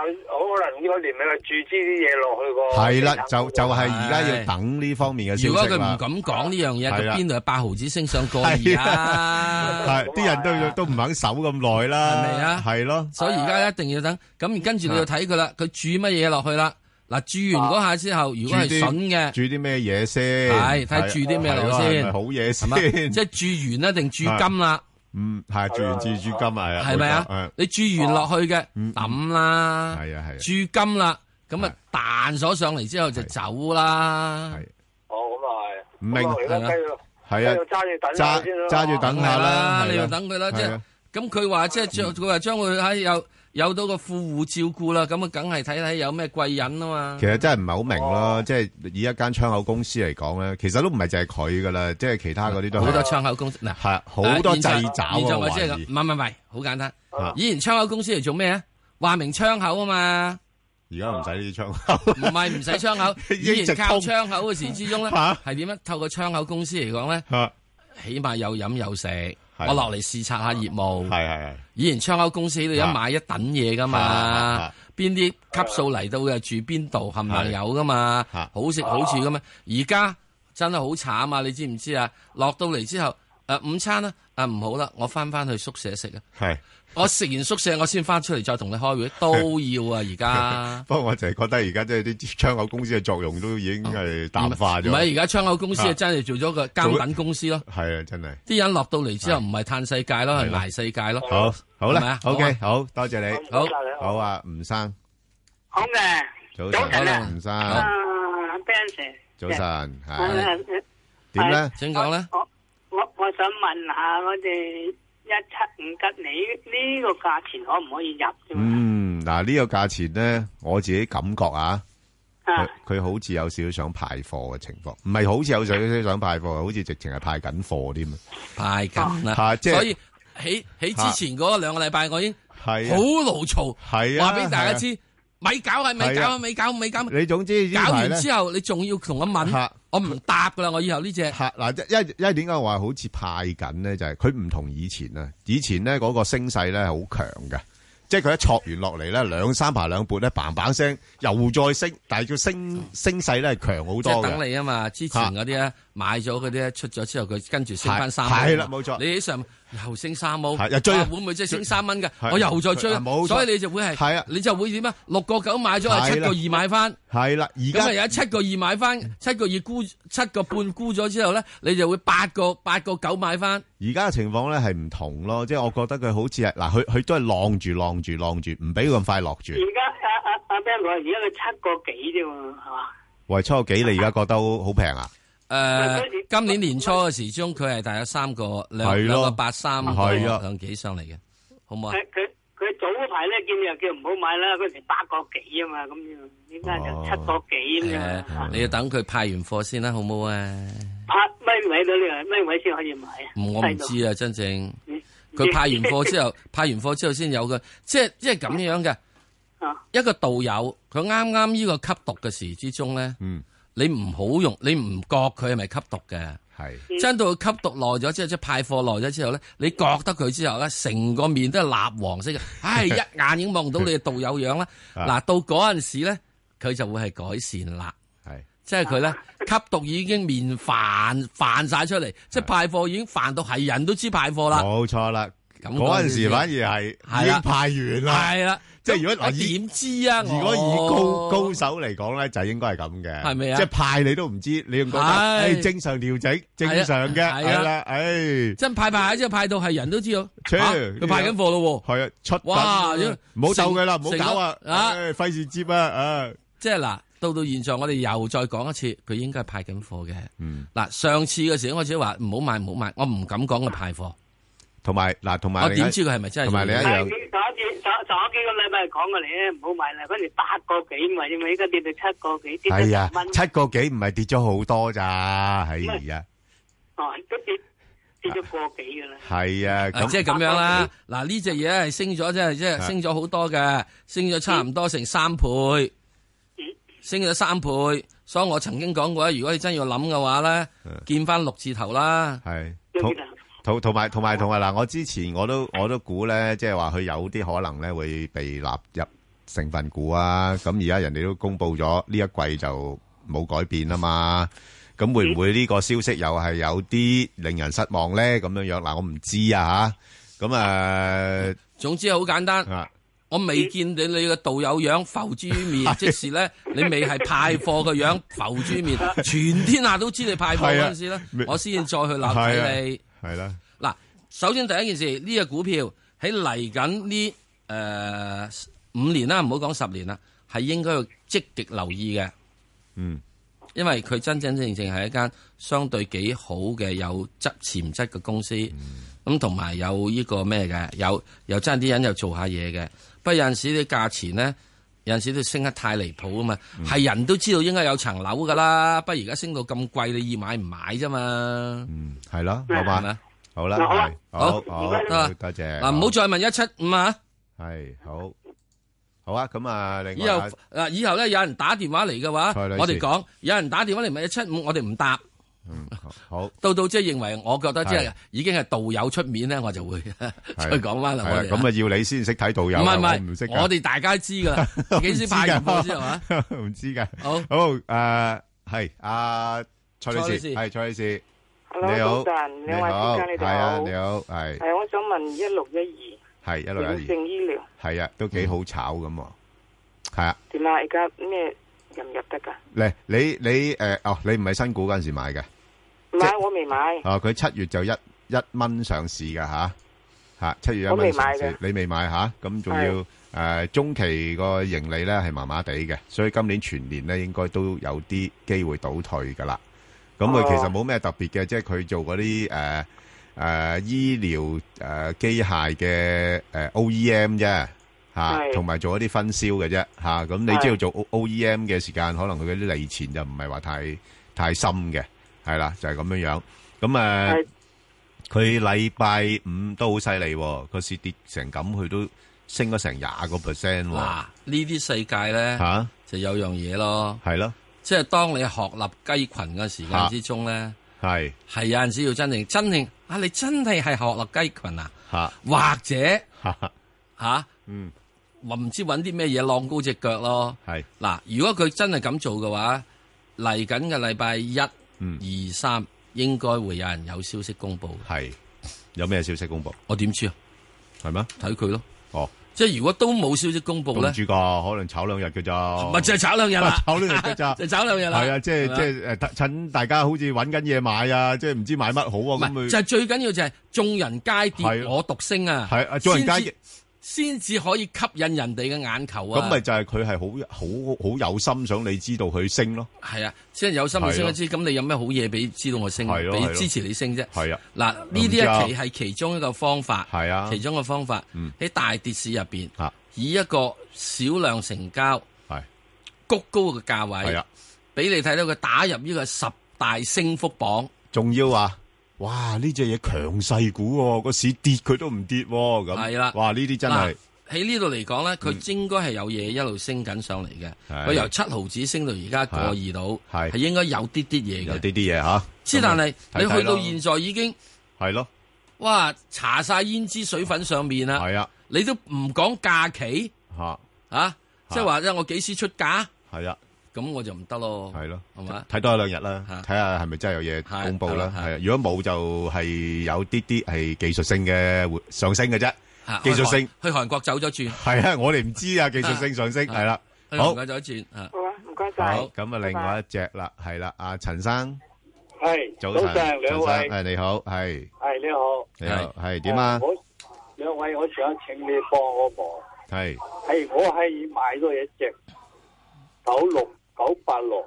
Speaker 10: 可能呢個年尾佢注資啲嘢落去個
Speaker 1: 係啦，
Speaker 10: 地產
Speaker 1: 就就係而家要
Speaker 2: 係
Speaker 1: 等呢方面嘅
Speaker 2: 如果
Speaker 1: 消息
Speaker 2: 佢唔
Speaker 1: 啦。
Speaker 2: 敢講呢樣嘢，
Speaker 1: 係啦
Speaker 2: 佢邊度係八毫子升上過二啊？
Speaker 1: 係啲人都都唔肯守咁耐啦，
Speaker 2: 係咪啊
Speaker 1: 係咯，
Speaker 2: 所以而
Speaker 1: 啊
Speaker 2: 家一定要等，咁跟住你要睇佢啦，佢注乜嘢落去啦？嗱，注完嗰下之後，如果係筍嘅。
Speaker 1: 煮啲咩嘢先？
Speaker 2: 係睇住啲咩落去先
Speaker 1: 係咯係咪好嘢
Speaker 2: 系 嘛？
Speaker 1: 先。
Speaker 2: 即系注完啦，定注金啦，
Speaker 1: 嗯，係住完自住金啊，
Speaker 2: 係咪
Speaker 1: 冇錯
Speaker 2: 啊？你注完落去嘅
Speaker 1: 嗯
Speaker 2: 抌啦，
Speaker 1: 係啊係啊
Speaker 2: 注金啦，咁啊彈咗上嚟之後就走啦，
Speaker 1: 係
Speaker 10: 哦，咁啊係。
Speaker 1: 唔明
Speaker 10: 咁我而家
Speaker 2: 係啊
Speaker 10: 計
Speaker 1: 係啊，
Speaker 10: 喺度揸住等下
Speaker 1: 揸-
Speaker 10: 先啦。
Speaker 1: 揸住等下
Speaker 2: 啦，
Speaker 1: 啦，係啊，
Speaker 2: 你要等佢啦，即係
Speaker 1: 係啊，
Speaker 2: 咁佢話即係將佢話將會喺有有到個富户照顧啦，咁啊梗係睇睇有咩貴人啊嘛。
Speaker 1: 其實真係唔係好明咯，
Speaker 2: 哦
Speaker 1: 即係以一間窗口公司嚟講咧，其實都唔係淨係佢㗎啦，即係其他嗰啲都係。
Speaker 2: 好多窗口公司嗱，
Speaker 1: 係啊，好多
Speaker 2: 啊現在
Speaker 1: 掣肘啊，
Speaker 2: 現在我
Speaker 1: 我懷疑。
Speaker 2: 即係咁，唔係唔係唔係，好簡單
Speaker 1: 啊。
Speaker 2: 以前窗口公司嚟做咩啊？話明窗口啊嘛，
Speaker 1: 而家唔使呢啲窗口。，
Speaker 2: 唔係唔使窗口 以
Speaker 1: 一直
Speaker 2: 前靠
Speaker 1: 通
Speaker 2: 窗口嘅時之中咧，
Speaker 1: 嚇
Speaker 2: 係點咧？啊透過窗口公司嚟講咧，
Speaker 1: 啊
Speaker 2: 起碼有飲有食，
Speaker 1: 係
Speaker 2: 我落嚟視察下業務。
Speaker 1: 係，係，係。
Speaker 2: 以前窗口公司你一
Speaker 1: 啊
Speaker 2: 買一等嘢噶
Speaker 1: 啊
Speaker 2: 嘛
Speaker 1: 啊，
Speaker 2: 邊啲級數嚟到嘅住邊度冚唪唥有噶嘛，
Speaker 1: 啊
Speaker 2: 好食好住噶嘛。而家真係好慘啊！你知唔知啊？落到嚟之後，誒、午餐啦，啊唔好啦，我翻翻去宿舍食啊。
Speaker 1: 係。
Speaker 2: 我食完宿舍，我先翻出嚟再同你開會，都要啊！而家
Speaker 1: 不過我就係覺得而家即係啲窗口公司嘅作用都已經係淡化咗。
Speaker 2: 唔係而家窗口公司
Speaker 1: 啊
Speaker 2: 啊，真係做咗個監品公司咯。
Speaker 1: 係啊，真係。好，
Speaker 2: 啲人落到嚟之後，唔係嘆世界咯，
Speaker 1: 係
Speaker 2: 係
Speaker 1: 啦
Speaker 2: 捱世界咯。
Speaker 1: 好啦，
Speaker 2: 係咪啊？
Speaker 1: OK，
Speaker 2: 好啊。
Speaker 1: 好，多謝你。
Speaker 2: 好，
Speaker 1: 好啊，吳生，早晨。
Speaker 3: 好嘅，
Speaker 2: 早晨啊。
Speaker 1: 吳生，
Speaker 3: 啊 Ben Sir，
Speaker 1: 早晨，係。
Speaker 3: 啊
Speaker 1: 點咧？
Speaker 2: 請講咧，
Speaker 3: 我我我想問下我哋一七五吉利呢個價錢可唔可以入啫嘛？
Speaker 1: 嗯，嗱，呢個價錢呢，我自己感覺啊，
Speaker 3: 啊
Speaker 1: 佢-佢好似有少少想派貨嘅情況。唔係好似有少少想派貨，好似直情係派緊貨添啊。
Speaker 2: 派緊啦。
Speaker 1: 啊即係啊
Speaker 2: 所以喺喺之前嗰兩個禮拜，我已經
Speaker 1: 係啊，
Speaker 2: 好牢嘈，
Speaker 1: 係啊，
Speaker 2: 話俾大家知，咪搞係咪
Speaker 1: 係
Speaker 2: 搞
Speaker 1: 啊
Speaker 2: 啊，咪搞咪搞。
Speaker 1: 係啊。你總之呢
Speaker 2: 搞
Speaker 1: 排呢，
Speaker 2: 完之後，你仲要同我問
Speaker 1: 嚇，
Speaker 2: 我唔答噶啦，我以後呢只
Speaker 1: 吓嗱，一一一點解話好似派緊咧？就係佢唔同以前啊，以前咧嗰個升勢咧係好強嘅，即係佢一挫完落嚟咧，兩三排兩撥咧，嘭嘭聲又再升，但係佢升升勢咧係強好
Speaker 2: 嗯即
Speaker 1: 多
Speaker 2: 係
Speaker 1: 嘅。
Speaker 2: 等你啊嘛。之前嗰啲咧買咗嗰啲咧出咗之後，佢跟住升
Speaker 1: 係
Speaker 2: 翻三
Speaker 1: 係
Speaker 2: 蚊
Speaker 1: 啦
Speaker 2: 啊嘛。
Speaker 1: 冇錯
Speaker 2: 你喺上又升三毛，
Speaker 1: 係又追啊
Speaker 2: 哇會唔會即係升三蚊㗎？
Speaker 1: 係
Speaker 2: 我又再追
Speaker 1: 係冇錯
Speaker 2: 啦，所以你就會係
Speaker 1: 係啊
Speaker 2: 你就會點啊？六個九買咗，
Speaker 1: 係啦
Speaker 2: 七個二買翻。
Speaker 1: 係啦，而
Speaker 2: 咁啊，
Speaker 1: 家
Speaker 2: 有七個二買翻，七個二沽，七個半沽咗之後咧，你就會八個八個九買翻。
Speaker 1: 而家嘅情況咧係唔同咯，即係我覺得佢好似係嗱，佢佢都係浪住浪住浪住，唔俾佢咁快落住。
Speaker 3: 而家阿阿阿 Ben 我而家佢七個幾啫喎，係嘛？
Speaker 1: 喂，初幾你而家覺得好好平啊？
Speaker 2: 誒、今年年初嘅時鐘，佢係大約三個兩
Speaker 1: 係咯
Speaker 2: 兩個八三個
Speaker 1: 係啊
Speaker 2: 兩幾上嚟嘅，好唔好啊
Speaker 3: 佢？佢佢早排咧見你又叫唔好買啦，嗰時八個幾啊嘛，咁樣點解就
Speaker 1: 哦
Speaker 3: 七個幾咁
Speaker 2: 誒、
Speaker 3: 樣？
Speaker 2: 你要等佢派完貨先啦，好唔好啊？
Speaker 3: 拍咩位到呢個咩位先可以買啊？
Speaker 2: 唔我唔知啊，真正
Speaker 3: 嗯
Speaker 2: 佢派完貨之後， 派完貨之後先有嘅，即係即係咁樣嘅。
Speaker 3: 啊
Speaker 2: 一個導遊，佢啱啱呢個吸毒嘅時之中咧，
Speaker 1: 嗯，
Speaker 2: 你唔好用，你唔覺佢係咪吸毒嘅？
Speaker 1: 係
Speaker 2: 真到佢吸毒耐咗之後，即係派貨耐咗之後咧，你覺得佢之後咧，成個面都係蠟黃色嘅，唉，一眼已經望到你嘅道友樣啦。嗱，到嗰陣時咧，佢就會係改善啦，
Speaker 1: 係
Speaker 2: 即係佢咧吸毒已經面泛泛晒出嚟，即係派貨已經泛到係人都知派貨啦。
Speaker 1: 冇錯啦。
Speaker 2: 咁
Speaker 1: 哦嗰陣時
Speaker 2: 嗰陣時
Speaker 1: 反而係已
Speaker 2: 係
Speaker 1: 經
Speaker 2: 啦
Speaker 1: 派完啦。
Speaker 2: 係啦，
Speaker 1: 即係如果嗱
Speaker 2: 我
Speaker 1: 以
Speaker 2: 點知啊？
Speaker 1: 如果以高高手嚟講咧，就應該係咁嘅，
Speaker 2: 係咪啊
Speaker 1: 即係派你都唔知，你仲覺得
Speaker 2: 係
Speaker 1: 誒正常調整，正常嘅
Speaker 2: 係啊係啊
Speaker 1: 係啦，誒
Speaker 2: 真派派下之後派到係人都知道，
Speaker 1: 切
Speaker 2: 嚇
Speaker 1: 呢個
Speaker 2: 佢派緊貨咯喎。
Speaker 1: 係啊出品
Speaker 2: 哇
Speaker 1: 啊唔好鬥佢啦，唔好
Speaker 2: 成
Speaker 1: 搞啊，
Speaker 2: 成個啊
Speaker 1: 誒費事接啊，啊
Speaker 2: 即係嗱，到到現在我哋又再講一次，佢應該係派緊貨嘅。
Speaker 1: 嗯，
Speaker 2: 嗱，上次嘅時候我只話唔好買唔好買，我唔敢講佢派貨，
Speaker 1: 同埋嗱，同埋
Speaker 2: 我
Speaker 1: 另一
Speaker 2: 點知佢係咪真係？
Speaker 1: 同埋另一
Speaker 3: 但
Speaker 1: 樣
Speaker 3: 係佢上一次上上一幾個禮拜講過你咧，唔好買啦，嗰時八個幾嘛，因為而家跌到七個幾，跌咗
Speaker 1: 係啊
Speaker 3: 十蚊，，
Speaker 1: 七個幾唔係跌咗好多咋，係啊，
Speaker 3: 哦都跌跌咗個幾噶啦。
Speaker 1: 係啊，
Speaker 2: 啊
Speaker 1: 咁
Speaker 2: 即係咁樣啦。啊嗱，呢只嘢係升咗，即係即係
Speaker 1: 係
Speaker 2: 升咗好多嘅，升咗差唔多成三倍，升咗三倍。所以我曾經講過，如果你真要諗嘅話咧，見翻六字頭啦。
Speaker 1: 係
Speaker 3: 都
Speaker 1: 同
Speaker 3: 跌啊
Speaker 1: 同同埋同埋同埋嗱，我之前我都我都估咧，即係話佢有啲可能咧會被納入成分股啊。咁而家人哋都公布咗呢一季就冇改變啊嘛。咁會唔會呢個消息又係有啲令人失望咧？咁樣樣嗱，我唔知啊吓。咁 啊
Speaker 2: 總之好簡單，
Speaker 1: 啊
Speaker 2: 我未見你你個道友樣浮諸於 面，即時咧你未係派貨嘅樣浮諸於 面，全天下都知你派貨
Speaker 1: 係啊
Speaker 2: 嗰陣時咧，我先至再去鬧
Speaker 1: 係啊
Speaker 2: 睇你。
Speaker 1: 係啦，
Speaker 2: 嗱，首先第一件事，呢、只股票喺嚟緊呃呢誒五年啦，唔好講十年啦，係應該要積極留意嘅。
Speaker 1: 嗯，
Speaker 2: 因為佢真真正正係一間相對幾好嘅有質潛質嘅公司，咁同埋有呢個咩嘅，有有真係啲人又做下嘢嘅。不過有陣時啲價錢咧，有陣時都升得太離譜啊嘛，係、人都知道應該有層樓噶啦，不過而家升到咁貴，你易買唔買啫嘛？
Speaker 1: 系啦，好嘛
Speaker 2: 嗯，
Speaker 1: 好啦，
Speaker 2: 好啦
Speaker 1: 係
Speaker 2: 好
Speaker 1: 好，
Speaker 2: 唔該
Speaker 1: 好
Speaker 2: 你
Speaker 1: 多謝。
Speaker 2: 嗱，唔好再問一七五啊！
Speaker 1: 系好，好啊，咁啊，另
Speaker 2: 以後
Speaker 1: 外
Speaker 2: 嗱，以後咧有人打電話嚟嘅話，
Speaker 1: 蔡女士
Speaker 2: 我哋講；有人打電話嚟咪一七五，我哋唔答。
Speaker 1: 好，
Speaker 2: 到到即係認為，我覺得即係
Speaker 1: 係
Speaker 2: 已經係道友出面咧，我就會 再講翻啦。
Speaker 1: 係
Speaker 2: 我
Speaker 1: 啊
Speaker 2: 哋
Speaker 1: 咁啊，要你先識睇導遊啊，
Speaker 2: 唔係唔
Speaker 1: 我唔
Speaker 2: 係
Speaker 1: 識，㗎，
Speaker 2: 我哋大家知噶啦 自己先派完波之後啊。
Speaker 1: 唔知噶，
Speaker 2: 好，
Speaker 1: 好诶，系阿蔡
Speaker 11: 蔡女士
Speaker 1: 女士，系蔡女士，
Speaker 11: Hello，
Speaker 1: 你好，
Speaker 11: 早晨兩位
Speaker 1: 好
Speaker 11: 先生你
Speaker 1: 係
Speaker 11: 哋
Speaker 1: 啊，
Speaker 11: 好
Speaker 1: 你好，系
Speaker 11: 系，我想問一六一
Speaker 1: 系一
Speaker 11: 二
Speaker 1: 路一
Speaker 11: 永
Speaker 1: 二，
Speaker 11: 盛醫療
Speaker 1: 系啊，都幾好炒咁喎，系啊，
Speaker 11: 點啊？而家咩入唔入得㗎？
Speaker 1: 嚟你你诶，哦，你唔係新股嗰阵时买嘅，
Speaker 11: 唔係，我未買，
Speaker 1: 啊，佢七月就一一蚊上市噶吓，吓七月一
Speaker 11: 我未
Speaker 1: 蚊上
Speaker 11: 買
Speaker 1: 市
Speaker 11: 嘅，
Speaker 1: 你未買吓，咁仲
Speaker 11: 係
Speaker 1: 要诶中期個盈利咧係麻麻地嘅，所以今年全年咧應該都有啲機會倒退噶啦。咁佢
Speaker 11: 哦
Speaker 1: 其實冇咩特別嘅，即係佢做嗰啲诶诶醫療诶機械嘅诶 OEM 啫。吓，
Speaker 11: 係
Speaker 1: E 同埋做一啲分銷嘅啫吓，咁你
Speaker 11: 係
Speaker 1: 知道做 O- E OEM 嘅時間，可能佢嗰啲利錢就唔係話太太深嘅，係啦，就係咁樣樣。咁诶，誒佢禮拜五都好犀利喎，個市跌成咁，佢都升咗成廿個 percent
Speaker 2: 嗱
Speaker 1: 喎。，
Speaker 2: 呢啲世界咧
Speaker 1: 嚇
Speaker 2: 就有樣嘢咯，
Speaker 1: 係咯，
Speaker 2: 即係當你學立雞群嘅時間之中咧，
Speaker 1: 係
Speaker 2: 係有陣時要真正真正啊！你真係係學立雞群啊！
Speaker 1: 吓，
Speaker 2: 或者
Speaker 1: 吓
Speaker 2: 吓，
Speaker 1: 嗯，
Speaker 2: 我唔知揾啲咩嘢晾高只腳咯。
Speaker 1: 係
Speaker 2: 嗱，如果佢真係咁做嘅話，嚟緊嘅禮拜一、
Speaker 1: 嗯
Speaker 2: 二、三應該會有人有消息公布。
Speaker 1: 係有咩消息公布？
Speaker 2: 我點知啊？
Speaker 1: 係咩？
Speaker 2: 睇佢咯。
Speaker 1: 哦，
Speaker 2: 即係如果都冇消息公布咧
Speaker 1: 唔，知㗎，可能炒兩日嘅咋。，
Speaker 2: 咪就係炒兩日啦
Speaker 1: 炒兩日嘅咋。
Speaker 2: 就炒兩日啦。
Speaker 1: 係啊，即係
Speaker 2: 係嘛
Speaker 1: 即係诶，誒趁大家好似揾緊嘢買啊，即係唔知買乜好
Speaker 2: 唔
Speaker 1: 啊，咁佢
Speaker 2: 係就係最緊要就係眾人皆
Speaker 1: 係
Speaker 2: 跌
Speaker 1: 啊
Speaker 2: 我獨升啊！
Speaker 1: 係啊眾人皆
Speaker 2: 先至先至可以吸引人哋嘅眼球啊！
Speaker 1: 咁咪就係佢係好好好有心想你知道佢升咯。
Speaker 2: 係啊，即係有心你
Speaker 1: 係
Speaker 2: 升
Speaker 1: 咯
Speaker 2: 一知，咁你有咩好嘢俾知道我升，
Speaker 1: 係咯係
Speaker 2: 俾
Speaker 1: 咯
Speaker 2: 支持你升啫？
Speaker 1: 係啊，
Speaker 2: 嗱，呢啲
Speaker 1: 唔知啊
Speaker 2: 一期係其中一個方法，
Speaker 1: 係啊
Speaker 2: 其中嘅方法
Speaker 1: 嗯
Speaker 2: 喺大跌市入邊
Speaker 1: 啊，
Speaker 2: 以一個少量成交，
Speaker 1: 係
Speaker 2: 谷高嘅價
Speaker 1: 係
Speaker 2: 位
Speaker 1: 啊，
Speaker 2: 俾你睇到佢打入呢個十大升幅榜。
Speaker 1: 仲要啊！哇！呢只嘢強勢股喎，個市跌佢都唔跌喎，咁
Speaker 2: 係啦
Speaker 1: 哇！呢啲真係嗯
Speaker 2: 嗱喺呢度嚟講咧，佢應該係有嘢一路升緊上嚟嘅。
Speaker 1: 係啊
Speaker 2: 佢由七毫子升到而家過二度，
Speaker 1: 係
Speaker 2: 係應該有啲啲嘢
Speaker 1: 有
Speaker 2: 嘅。
Speaker 1: 啲啲嘢吓。
Speaker 2: 之但係你
Speaker 1: 睇睇
Speaker 2: 去到
Speaker 1: 咯
Speaker 2: 現在已經
Speaker 1: 係咯，
Speaker 2: 哇搽晒胭脂水粉上面啦，
Speaker 1: 係啊，
Speaker 2: 你都唔講假期
Speaker 1: 吓
Speaker 2: 啊，即係話咧我幾時出價？
Speaker 1: 係啊，
Speaker 2: 咁我就唔得咯。
Speaker 1: 係咯，
Speaker 2: 係嘛？
Speaker 1: 睇多一兩日啦，睇下係咪真係有嘢公佈啦。
Speaker 2: 係
Speaker 1: 係啊，如果冇就係有啲啲係技術性嘅回上升嘅啫
Speaker 2: 啊，
Speaker 1: 技術性
Speaker 2: 去韓國走咗轉，
Speaker 1: 係啊，我哋唔知啊，技術性上升
Speaker 2: 啊
Speaker 1: 係啦。
Speaker 2: 去
Speaker 1: 好
Speaker 2: 韓國走咗轉啊。
Speaker 11: 好啊，唔該晒。
Speaker 1: 好，咁啊，另外一隻啦，係啦，阿陳生，
Speaker 12: 系
Speaker 1: 早
Speaker 12: 早
Speaker 1: 晨，
Speaker 12: 晨，
Speaker 1: 陳
Speaker 12: 兩
Speaker 1: 生，
Speaker 12: 位
Speaker 1: 係你好，係
Speaker 12: 系你好，
Speaker 1: 你好，係點啊？
Speaker 12: 我兩位，我想請你幫我忙。
Speaker 1: 係
Speaker 12: 係我係買咗一隻九六九八六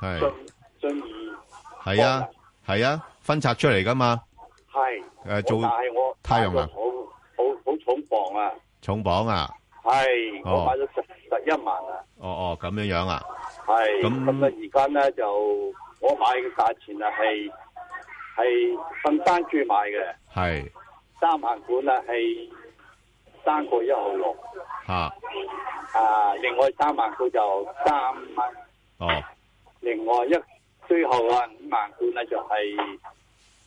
Speaker 1: 係。
Speaker 12: 信信義，
Speaker 1: 係啊，係啊，分拆出嚟噶嘛，
Speaker 12: 係
Speaker 1: 誒
Speaker 12: 我
Speaker 1: 做
Speaker 12: 但係我
Speaker 1: 太陽能
Speaker 12: 買咗好好好重磅啊！
Speaker 1: 重磅啊，
Speaker 12: 係
Speaker 1: 哦
Speaker 12: 我買咗十十一萬啊！
Speaker 1: 哦哦咁樣樣啊，
Speaker 12: 係
Speaker 1: 咁
Speaker 12: 咁啊，而家咧就我買嘅價錢啊係係分單注買嘅，
Speaker 1: 係
Speaker 12: 三萬股啦係三個一號六。
Speaker 1: 吓，
Speaker 12: 啊，另外三萬股就三蚊，
Speaker 1: 哦
Speaker 12: 另外一最後啊五萬股咧就係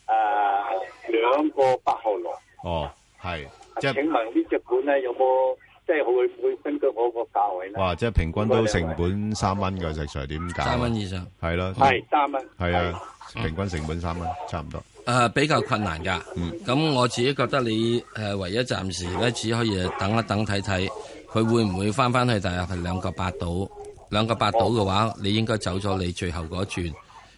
Speaker 12: 誒兩個八號六。啊
Speaker 1: 哦係，即
Speaker 12: 請
Speaker 1: 係
Speaker 12: 問呢只股咧有冇即係會唔會根據我個價位咧？
Speaker 1: 哇，即係平均都成本三蚊嘅，石 Sir 點搞啊？
Speaker 2: 三蚊以上
Speaker 1: 係咯，
Speaker 12: 係三蚊。
Speaker 1: 係啊，平均成本三蚊，差唔多，
Speaker 2: 誒、呃比較困難㗎，咁、我自己覺得你誒、呃唯一暫時咧只可以等一等睇睇，佢會唔會翻翻去大約係兩個八度，兩個八度嘅話，你應該走咗你最後嗰一轉。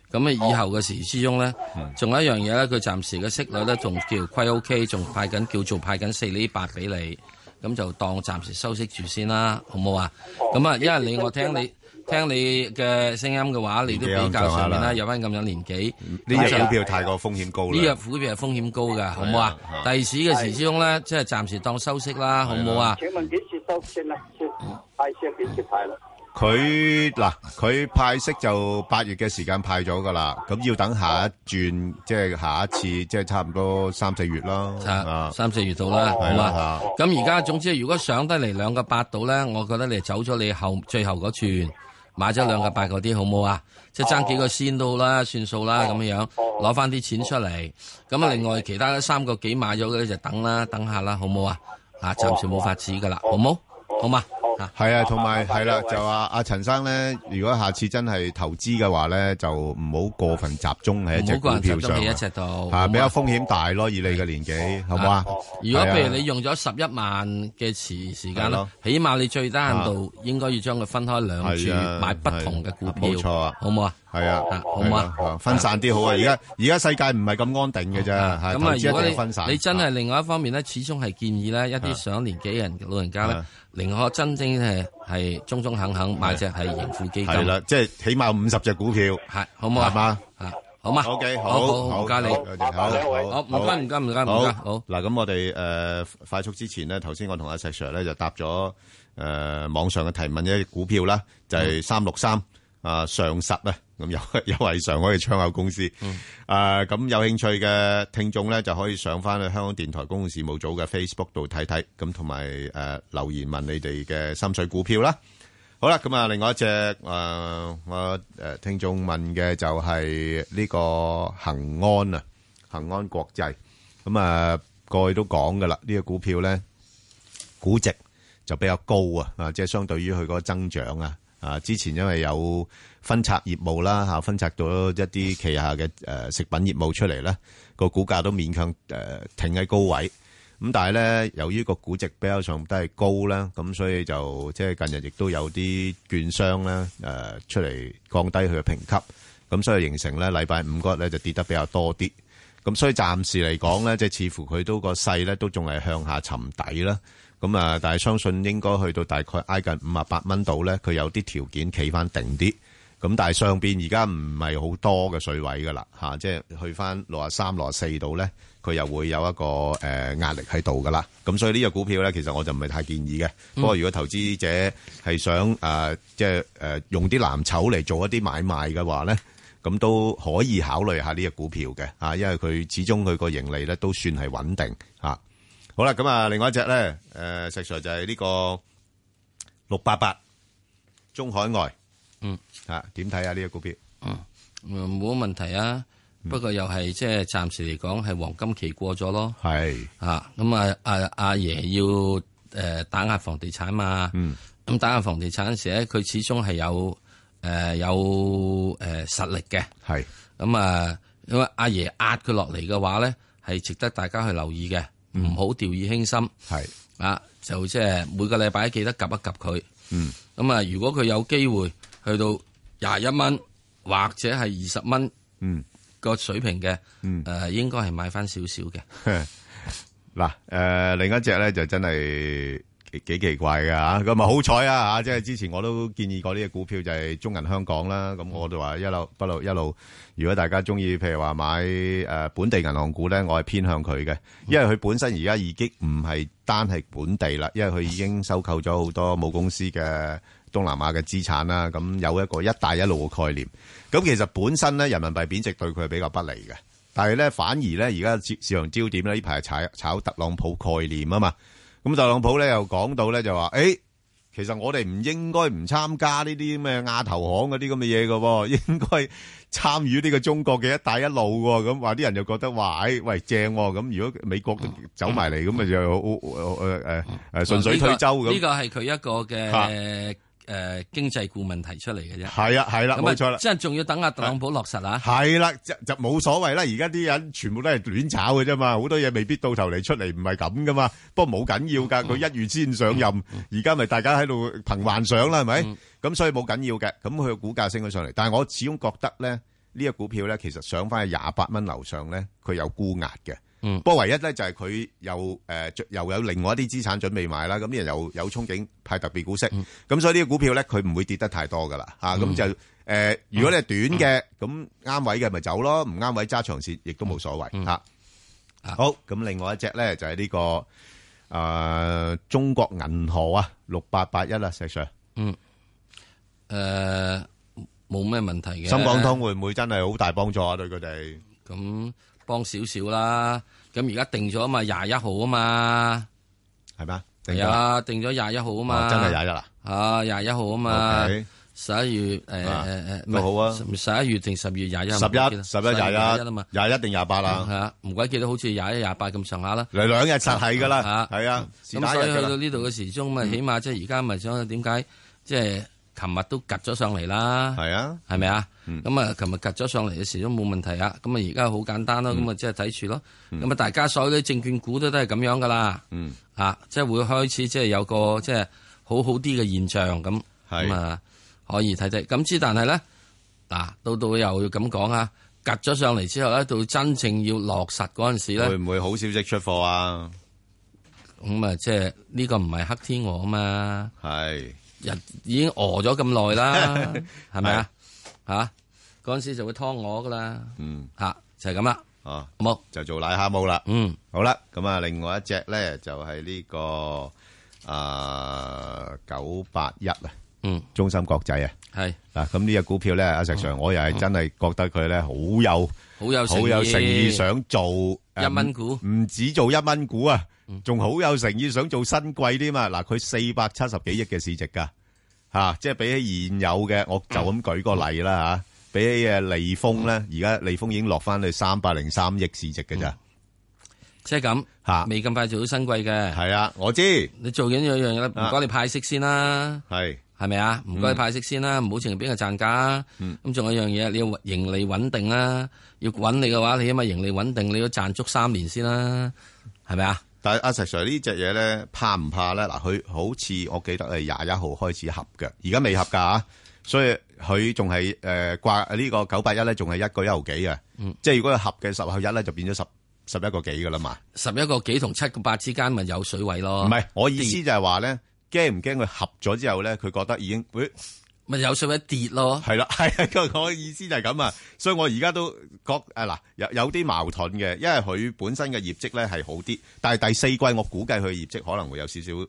Speaker 2: 咁啊，以後嘅時之中咧，仲有一樣嘢咧，佢暫時嘅息率咧仲叫虧 OK，仲派緊叫做派緊四厘八俾你，咁就當暫時收息住先啦，好唔好啊？咁啊，因為你我聽你。聽你嘅聲音嘅話，你都比較上面啦，有翻咁樣年紀。
Speaker 1: 呢只股票太過風險高
Speaker 2: 啊呢
Speaker 1: 啦
Speaker 2: 隻。股票係風險高㗎，好唔好啊
Speaker 1: 係啊？
Speaker 2: 第市嘅時之中咧，即係暫時當收息啦，好唔好啊？
Speaker 12: 請問幾時收先啊？先
Speaker 1: 嗯
Speaker 12: 派先幾時派啦？
Speaker 1: 佢嗱，佢派息就八月嘅時間派咗噶啦，咁要等下一轉，即係下一次，即係差唔多三四月啦，啊
Speaker 2: 三四月到啦，好
Speaker 1: 係
Speaker 2: 嘛
Speaker 1: 啦，？
Speaker 2: 咁而家總之，如果上得嚟兩個八度咧，我覺得你走咗你後最後嗰轉，買咗兩個八嗰啲好冇啊？即係爭幾個先都好啦，算數啦
Speaker 1: 哦
Speaker 2: 咁樣樣，攞翻啲錢出嚟。咁啊，另外其他三個幾買咗嘅就等啦，等下啦，好冇啊？
Speaker 1: 哦
Speaker 2: 啊，暫時冇法子噶啦，好冇？好嘛？啊
Speaker 1: 係啊，同埋係啦，就話阿陳生咧，如果下次真係投資嘅話咧，就唔好過分集中喺一
Speaker 2: 唔
Speaker 1: 隻
Speaker 2: 好
Speaker 1: 股
Speaker 2: 過分集
Speaker 1: 票
Speaker 2: 中
Speaker 1: 上
Speaker 2: 喺一隻度
Speaker 1: 啊，
Speaker 2: 好
Speaker 1: 比較
Speaker 2: 嘛
Speaker 1: 風險大咯，以你嘅年紀，好唔好啊？
Speaker 2: 如果
Speaker 1: 係啊
Speaker 2: 譬如你用咗十一萬嘅時時間啦
Speaker 1: 係咯，啊
Speaker 2: 起碼你最低限度應該要將佢分開兩
Speaker 1: 係啊
Speaker 2: 注買不同嘅股票，
Speaker 1: 冇錯啊，
Speaker 2: 好唔好啊？
Speaker 1: 係啊，
Speaker 2: 好唔好啊
Speaker 1: 係分散啲好啊！而家而家世界唔係咁安定嘅啫，係
Speaker 2: 咁
Speaker 1: 投
Speaker 2: 啊，
Speaker 1: 資一
Speaker 2: 如果
Speaker 1: 定要分散
Speaker 2: 你你真係另外一方面咧，始終係建議咧，一啲
Speaker 1: 啊
Speaker 2: 上年紀人老人家咧
Speaker 1: 啊，
Speaker 2: 寧可真正係係中中肯肯買隻係盈富基金。
Speaker 1: 係啦，即係起碼五十隻股票，
Speaker 2: 係好唔好啊
Speaker 1: 係嘛？
Speaker 2: 好嘛
Speaker 1: ？OK，
Speaker 2: 好
Speaker 1: 好，
Speaker 2: 好好唔該你
Speaker 1: 好好
Speaker 2: 麻煩兩位
Speaker 1: 好
Speaker 2: 好唔該唔該唔該唔該
Speaker 1: 好
Speaker 2: 好
Speaker 1: 嗱，咁我哋誒快速之前咧，頭先我同阿石 Sir 咧就答咗誒網上嘅提問一隻股票啦，就係三六三啊上實啊，咁有有為上海嘅窗口公司。誒咁有興趣嘅聽眾咧，就可以上翻去香港電台公共事務組嘅 Facebook 度睇睇，咁同埋誒留言問你哋嘅心水股票啦。好啦，咁啊，另外一隻誒、呃我誒、呃、聽眾問嘅就係呢個恒安啊，恒安國際咁啊，過去都講噶啦，呢、個股票咧估值就比較高啊，啊，即係相對於佢嗰個增長啊，啊，之前因為有分拆業務啦，嚇、分拆咗一啲旗下嘅誒、呃食品業務出嚟啦，個股價都勉強誒、呃停喺高位。咁但係咧，由於個估值比較上都係高啦，咁所以就即係近日亦都有啲券商咧誒、呃出嚟降低佢嘅評級，咁所以形成咧禮拜五嗰日咧就跌得比較多啲。咁所以暫時嚟講咧，即係似乎佢都個勢咧都仲係向下沉底啦。咁啊，但係相信應該去到大概挨近五啊八蚊度咧，佢有啲條件企翻定啲。咁但係上邊而家唔係好多嘅水位噶啦，嚇、即係去翻六啊三、六啊四度咧，佢又會有一個誒、呃、壓力喺度噶啦。咁所以呢個股票咧，其實我就唔係太建議嘅。不過如果投資者係想誒、呃即係誒、呃用啲藍籌嚟做一啲買賣嘅話咧，咁都可以考慮下呢只股票嘅啊，因為佢始終佢個盈利咧都算係穩定啊。好啦，咁啊，另外一隻咧，誒、石 Sir 就係呢個六八八中海外，
Speaker 2: 嗯
Speaker 1: 啊，點睇啊呢只股票？
Speaker 2: 嗯，嗯冇乜問題啊。不過又係即係暫時嚟講係黃金期過咗咯。
Speaker 1: 係
Speaker 2: 啊，咁啊啊阿爺要誒打壓房地產嘛。
Speaker 1: 嗯。
Speaker 2: 咁打壓房地產嘅時咧，佢始終係有誒有誒實力嘅。
Speaker 1: 係。
Speaker 2: 咁啊，因為阿爺壓佢落嚟嘅話咧，係值得大家去留意嘅，
Speaker 1: 嗯
Speaker 2: 唔好掉以輕心。
Speaker 1: 係。
Speaker 2: 啊，就即係每個禮拜記得及一及佢。
Speaker 1: 嗯，
Speaker 2: 咁啊，如果佢有機會去到廿一蚊或者係二十蚊，
Speaker 1: 嗯，
Speaker 2: 個水平嘅，
Speaker 1: 嗯，
Speaker 2: 誒應該係買翻少少嘅。
Speaker 1: 嗱，誒、另一隻咧就真係幾幾奇怪嘅嚇，咁啊好彩啊嚇，即係之前我都建議過呢只股票就係中銀香港啦，咁我就話一路不路一路，如果大家中意譬如話買誒、本地銀行股咧，我係偏向佢嘅，因為佢本身而家已經唔係單係本地啦，因為佢已經收購咗好多母公司嘅。東南亞嘅資產啦，咁有一個一帶一路嘅概念。咁其實本身咧，人民幣貶值對佢係比較不利嘅，但係咧反而咧，而家市市場焦點咧呢排係炒炒特朗普概念啊嘛。咁特朗普咧又講到咧就話，誒、其實我哋唔應該唔參加呢啲咩亞投行嗰啲咁嘅嘢嘅喎， 應該參與呢個中國嘅一帶一路喎。咁話啲人就覺得話，誒喂正喎、咁如果美國
Speaker 2: 嗯
Speaker 1: 都走埋嚟，咁咪就呃誒誒誒順呃水推舟
Speaker 2: 呢
Speaker 1: 咁。
Speaker 2: 個呢個係佢一個
Speaker 1: 嚇
Speaker 2: 嘅誒經濟顧問提出嚟嘅啫。
Speaker 1: 係啊係啦
Speaker 2: 咁
Speaker 1: 冇錯啦
Speaker 2: 即係仲要等阿特朗普落實啊。
Speaker 1: 係啦，就就冇所謂啦。而家啲人全部都係亂炒嘅啫嘛，好多嘢未必到頭嚟出嚟唔係咁噶嘛。不過冇緊要噶，佢一月先上任，而家咪大家喺度憑幻想啦，係咪？咁所以冇緊要嘅，咁佢個股價升咗上嚟。但係我始終覺得咧，呢個股票咧其實上翻去廿八蚊樓上咧，佢有沽壓嘅。
Speaker 2: 嗯
Speaker 1: 不過唯一咧就係佢又诶又有另外一啲資產準備買啦，咁啲人又有憧憬派特別股息，咁、所以呢個股票咧佢唔會跌得太多噶啦吓，啊咁、
Speaker 2: 嗯
Speaker 1: 就诶、呃如果你係短嘅，咁啱位嘅咪走咯，唔啱位揸長線亦都冇所謂吓。好，咁另外一隻咧就係呢、個个呃中國銀河啊，六八八一啊，石 Sir。
Speaker 2: 嗯。诶，冇咩問題嘅。
Speaker 1: 深港通會唔會真係好大幫助啊？對佢哋
Speaker 2: 咁幫少少啦。咁而家定咗啊嘛，廿一號啊嘛，
Speaker 1: 係咪啊？定咗
Speaker 2: 係啊，定咗廿一號啊嘛，
Speaker 1: 哦真係21啦。
Speaker 2: 啊，廿一號啊嘛
Speaker 1: OK，
Speaker 2: 十一月诶诶诶，唔係
Speaker 1: 都好啊
Speaker 2: 十一月定十月廿一，
Speaker 1: 十一、十一、廿一、
Speaker 2: 11啊嘛。
Speaker 1: 廿一定廿八啦。
Speaker 2: 系啊，唔鬼記得好似廿一、廿八咁上下啦。
Speaker 1: 嚟兩日實係㗎啦
Speaker 2: 嚇
Speaker 1: 係啊是
Speaker 2: 咁
Speaker 1: 但一
Speaker 2: 所以
Speaker 1: 日
Speaker 2: 去
Speaker 1: 㗎啦
Speaker 2: 到呢度嘅時鐘，咪
Speaker 1: 嗯
Speaker 2: 起碼即係而家咪想點解即係琴日都趌咗上嚟啦？
Speaker 1: 係啊，
Speaker 2: 係咪啊？咁啊，琴日趌咗上嚟嘅時鐘冇問題啊。咁啊，而家好簡單
Speaker 1: 嗯
Speaker 2: 咯。咁啊，即係睇住咯。咁啊，大家所有啲證券股都都係咁樣㗎啦。
Speaker 1: 嗯，
Speaker 2: 啊，即係會開始即係有個即係好好啲嘅現象咁。咁啊，可以睇睇。咁之但係咧。嗱，到到又要咁講啊，隔咗上嚟之後咧，到真正要落實嗰陣時咧，
Speaker 1: 會唔會好消息出貨啊？
Speaker 2: 咁啊，即係呢個唔係黑天鵝啊嘛，
Speaker 1: 係
Speaker 2: 人已經餓咗咁耐 啦，係咪啊？嚇，嗰陣時就會劏我噶啦，
Speaker 1: 嗯，
Speaker 2: 嚇就係咁啦，
Speaker 1: 哦，
Speaker 2: 冇
Speaker 1: 就做奶蝦毛啦。
Speaker 2: 嗯，
Speaker 1: 好啦，咁啊，另外一隻咧就係呢個啊九八一啊，
Speaker 2: 嗯，
Speaker 1: 中心國際啊，
Speaker 2: 係
Speaker 1: 嗱，咁呢只股票咧，阿石 Sir，我又係真係覺得佢咧好有
Speaker 2: 好有
Speaker 1: 好有誠
Speaker 2: 誠
Speaker 1: 意
Speaker 2: 意
Speaker 1: 想做呃
Speaker 2: 一蚊股
Speaker 1: 唔唔止做一蚊股啊，仲好有誠意想做新貴添啊！嗱，佢四百七十幾億嘅市值㗎，吓、即係比起現有嘅，我就咁舉個例啦吓、比起誒利豐咧，而家利豐已經落翻去三百零三億市值嘅咋。
Speaker 2: 即係咁
Speaker 1: 嚇，
Speaker 2: 未咁快做到新貴嘅，
Speaker 1: 係啊，我知
Speaker 2: 你做緊樣樣嘢啦，唔該你派息先啦，
Speaker 1: 係
Speaker 2: 係咪
Speaker 1: 嗯
Speaker 2: 啊？唔該你派息先啦，唔好淨係俾佢賺價。咁仲有一樣嘢，你要盈利穩定啦，要穩你嘅話，你起碼盈利穩定，你要賺足三年先啦，係咪啊？
Speaker 1: 但係阿石 Sir 呢只嘢咧怕唔怕咧？嗱，佢好似我記得係廿一號開始合嘅，而家未合㗎嚇，所以佢仲係誒掛呢個九八一咧，仲係一個一毫幾嘅。即係如果佢合嘅十號一咧，就變咗十十一個幾㗎啦嘛。
Speaker 2: 十一個幾同七個八之間咪有水位咯？
Speaker 1: 唔係，我意思就係話咧，驚唔驚佢合咗之後咧，佢覺得已經會
Speaker 2: 咪有水位跌咯？
Speaker 1: 係啦， 係啊，個我意思就係咁啊。所以我而家都覺啊嗱，有有啲矛盾嘅，因為佢本身嘅業績咧係好啲，但係第四季我估計佢業績可能會有少少誒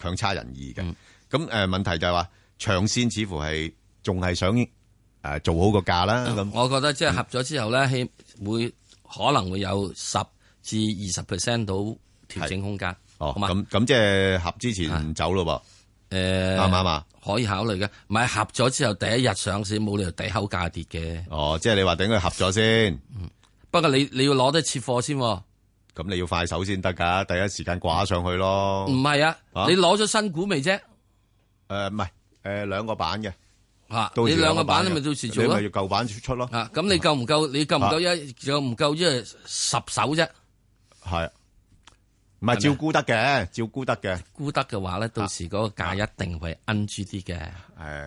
Speaker 1: 強差人意
Speaker 2: 嗯
Speaker 1: 嘅。咁誒、呃、問題就係話長線似乎係仲係想誒、呃做好個價啦。咁
Speaker 2: 啊
Speaker 1: 嗯
Speaker 2: 我覺得即係合咗之後咧，希會可能會有十至二十 percent 到調整空間。
Speaker 1: 哦，
Speaker 2: 好嘛啊
Speaker 1: 咁咁即係合之前唔走咯噃。
Speaker 2: 誒
Speaker 1: 啱唔啱啊？
Speaker 2: 可以考慮嘅，唔係合咗之後第一日上市冇理由抵口價跌嘅。
Speaker 1: 哦，即係你話等佢合咗先。
Speaker 2: 不過你你要攞得切貨先
Speaker 1: 哦
Speaker 2: 喎。
Speaker 1: 咁你要快手先得㗎，第一時間掛上去咯。
Speaker 2: 唔係啊，
Speaker 1: 啊
Speaker 2: 你攞咗新股未啫？
Speaker 1: 呃誒唔係誒兩個版嘅，
Speaker 2: 嚇
Speaker 1: 到時
Speaker 2: 啊你兩個版
Speaker 1: 嘅
Speaker 2: 你咪到時做
Speaker 1: 啊你
Speaker 2: 咯
Speaker 1: 咪。要啊舊版出出咯。
Speaker 2: 啊，咁你夠唔夠？你夠唔夠一？夠唔夠一十手啫？
Speaker 1: 係唔係照顧得嘅？照顧得嘅。
Speaker 2: 估得嘅話咧，
Speaker 1: 啊
Speaker 2: 到時嗰個價一定會 NG 啲嘅。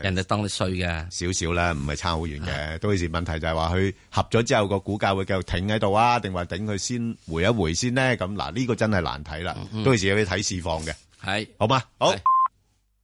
Speaker 2: 人哋當你衰嘅，
Speaker 1: 少少啦，唔係差好遠嘅。到時問題就係話佢合咗之後個股價會繼續挺喺度啊，定話頂佢先回一回先咧？咁嗱，呢個真係難睇啦。到時要睇市況嘅。
Speaker 2: 係
Speaker 1: 好嘛？好，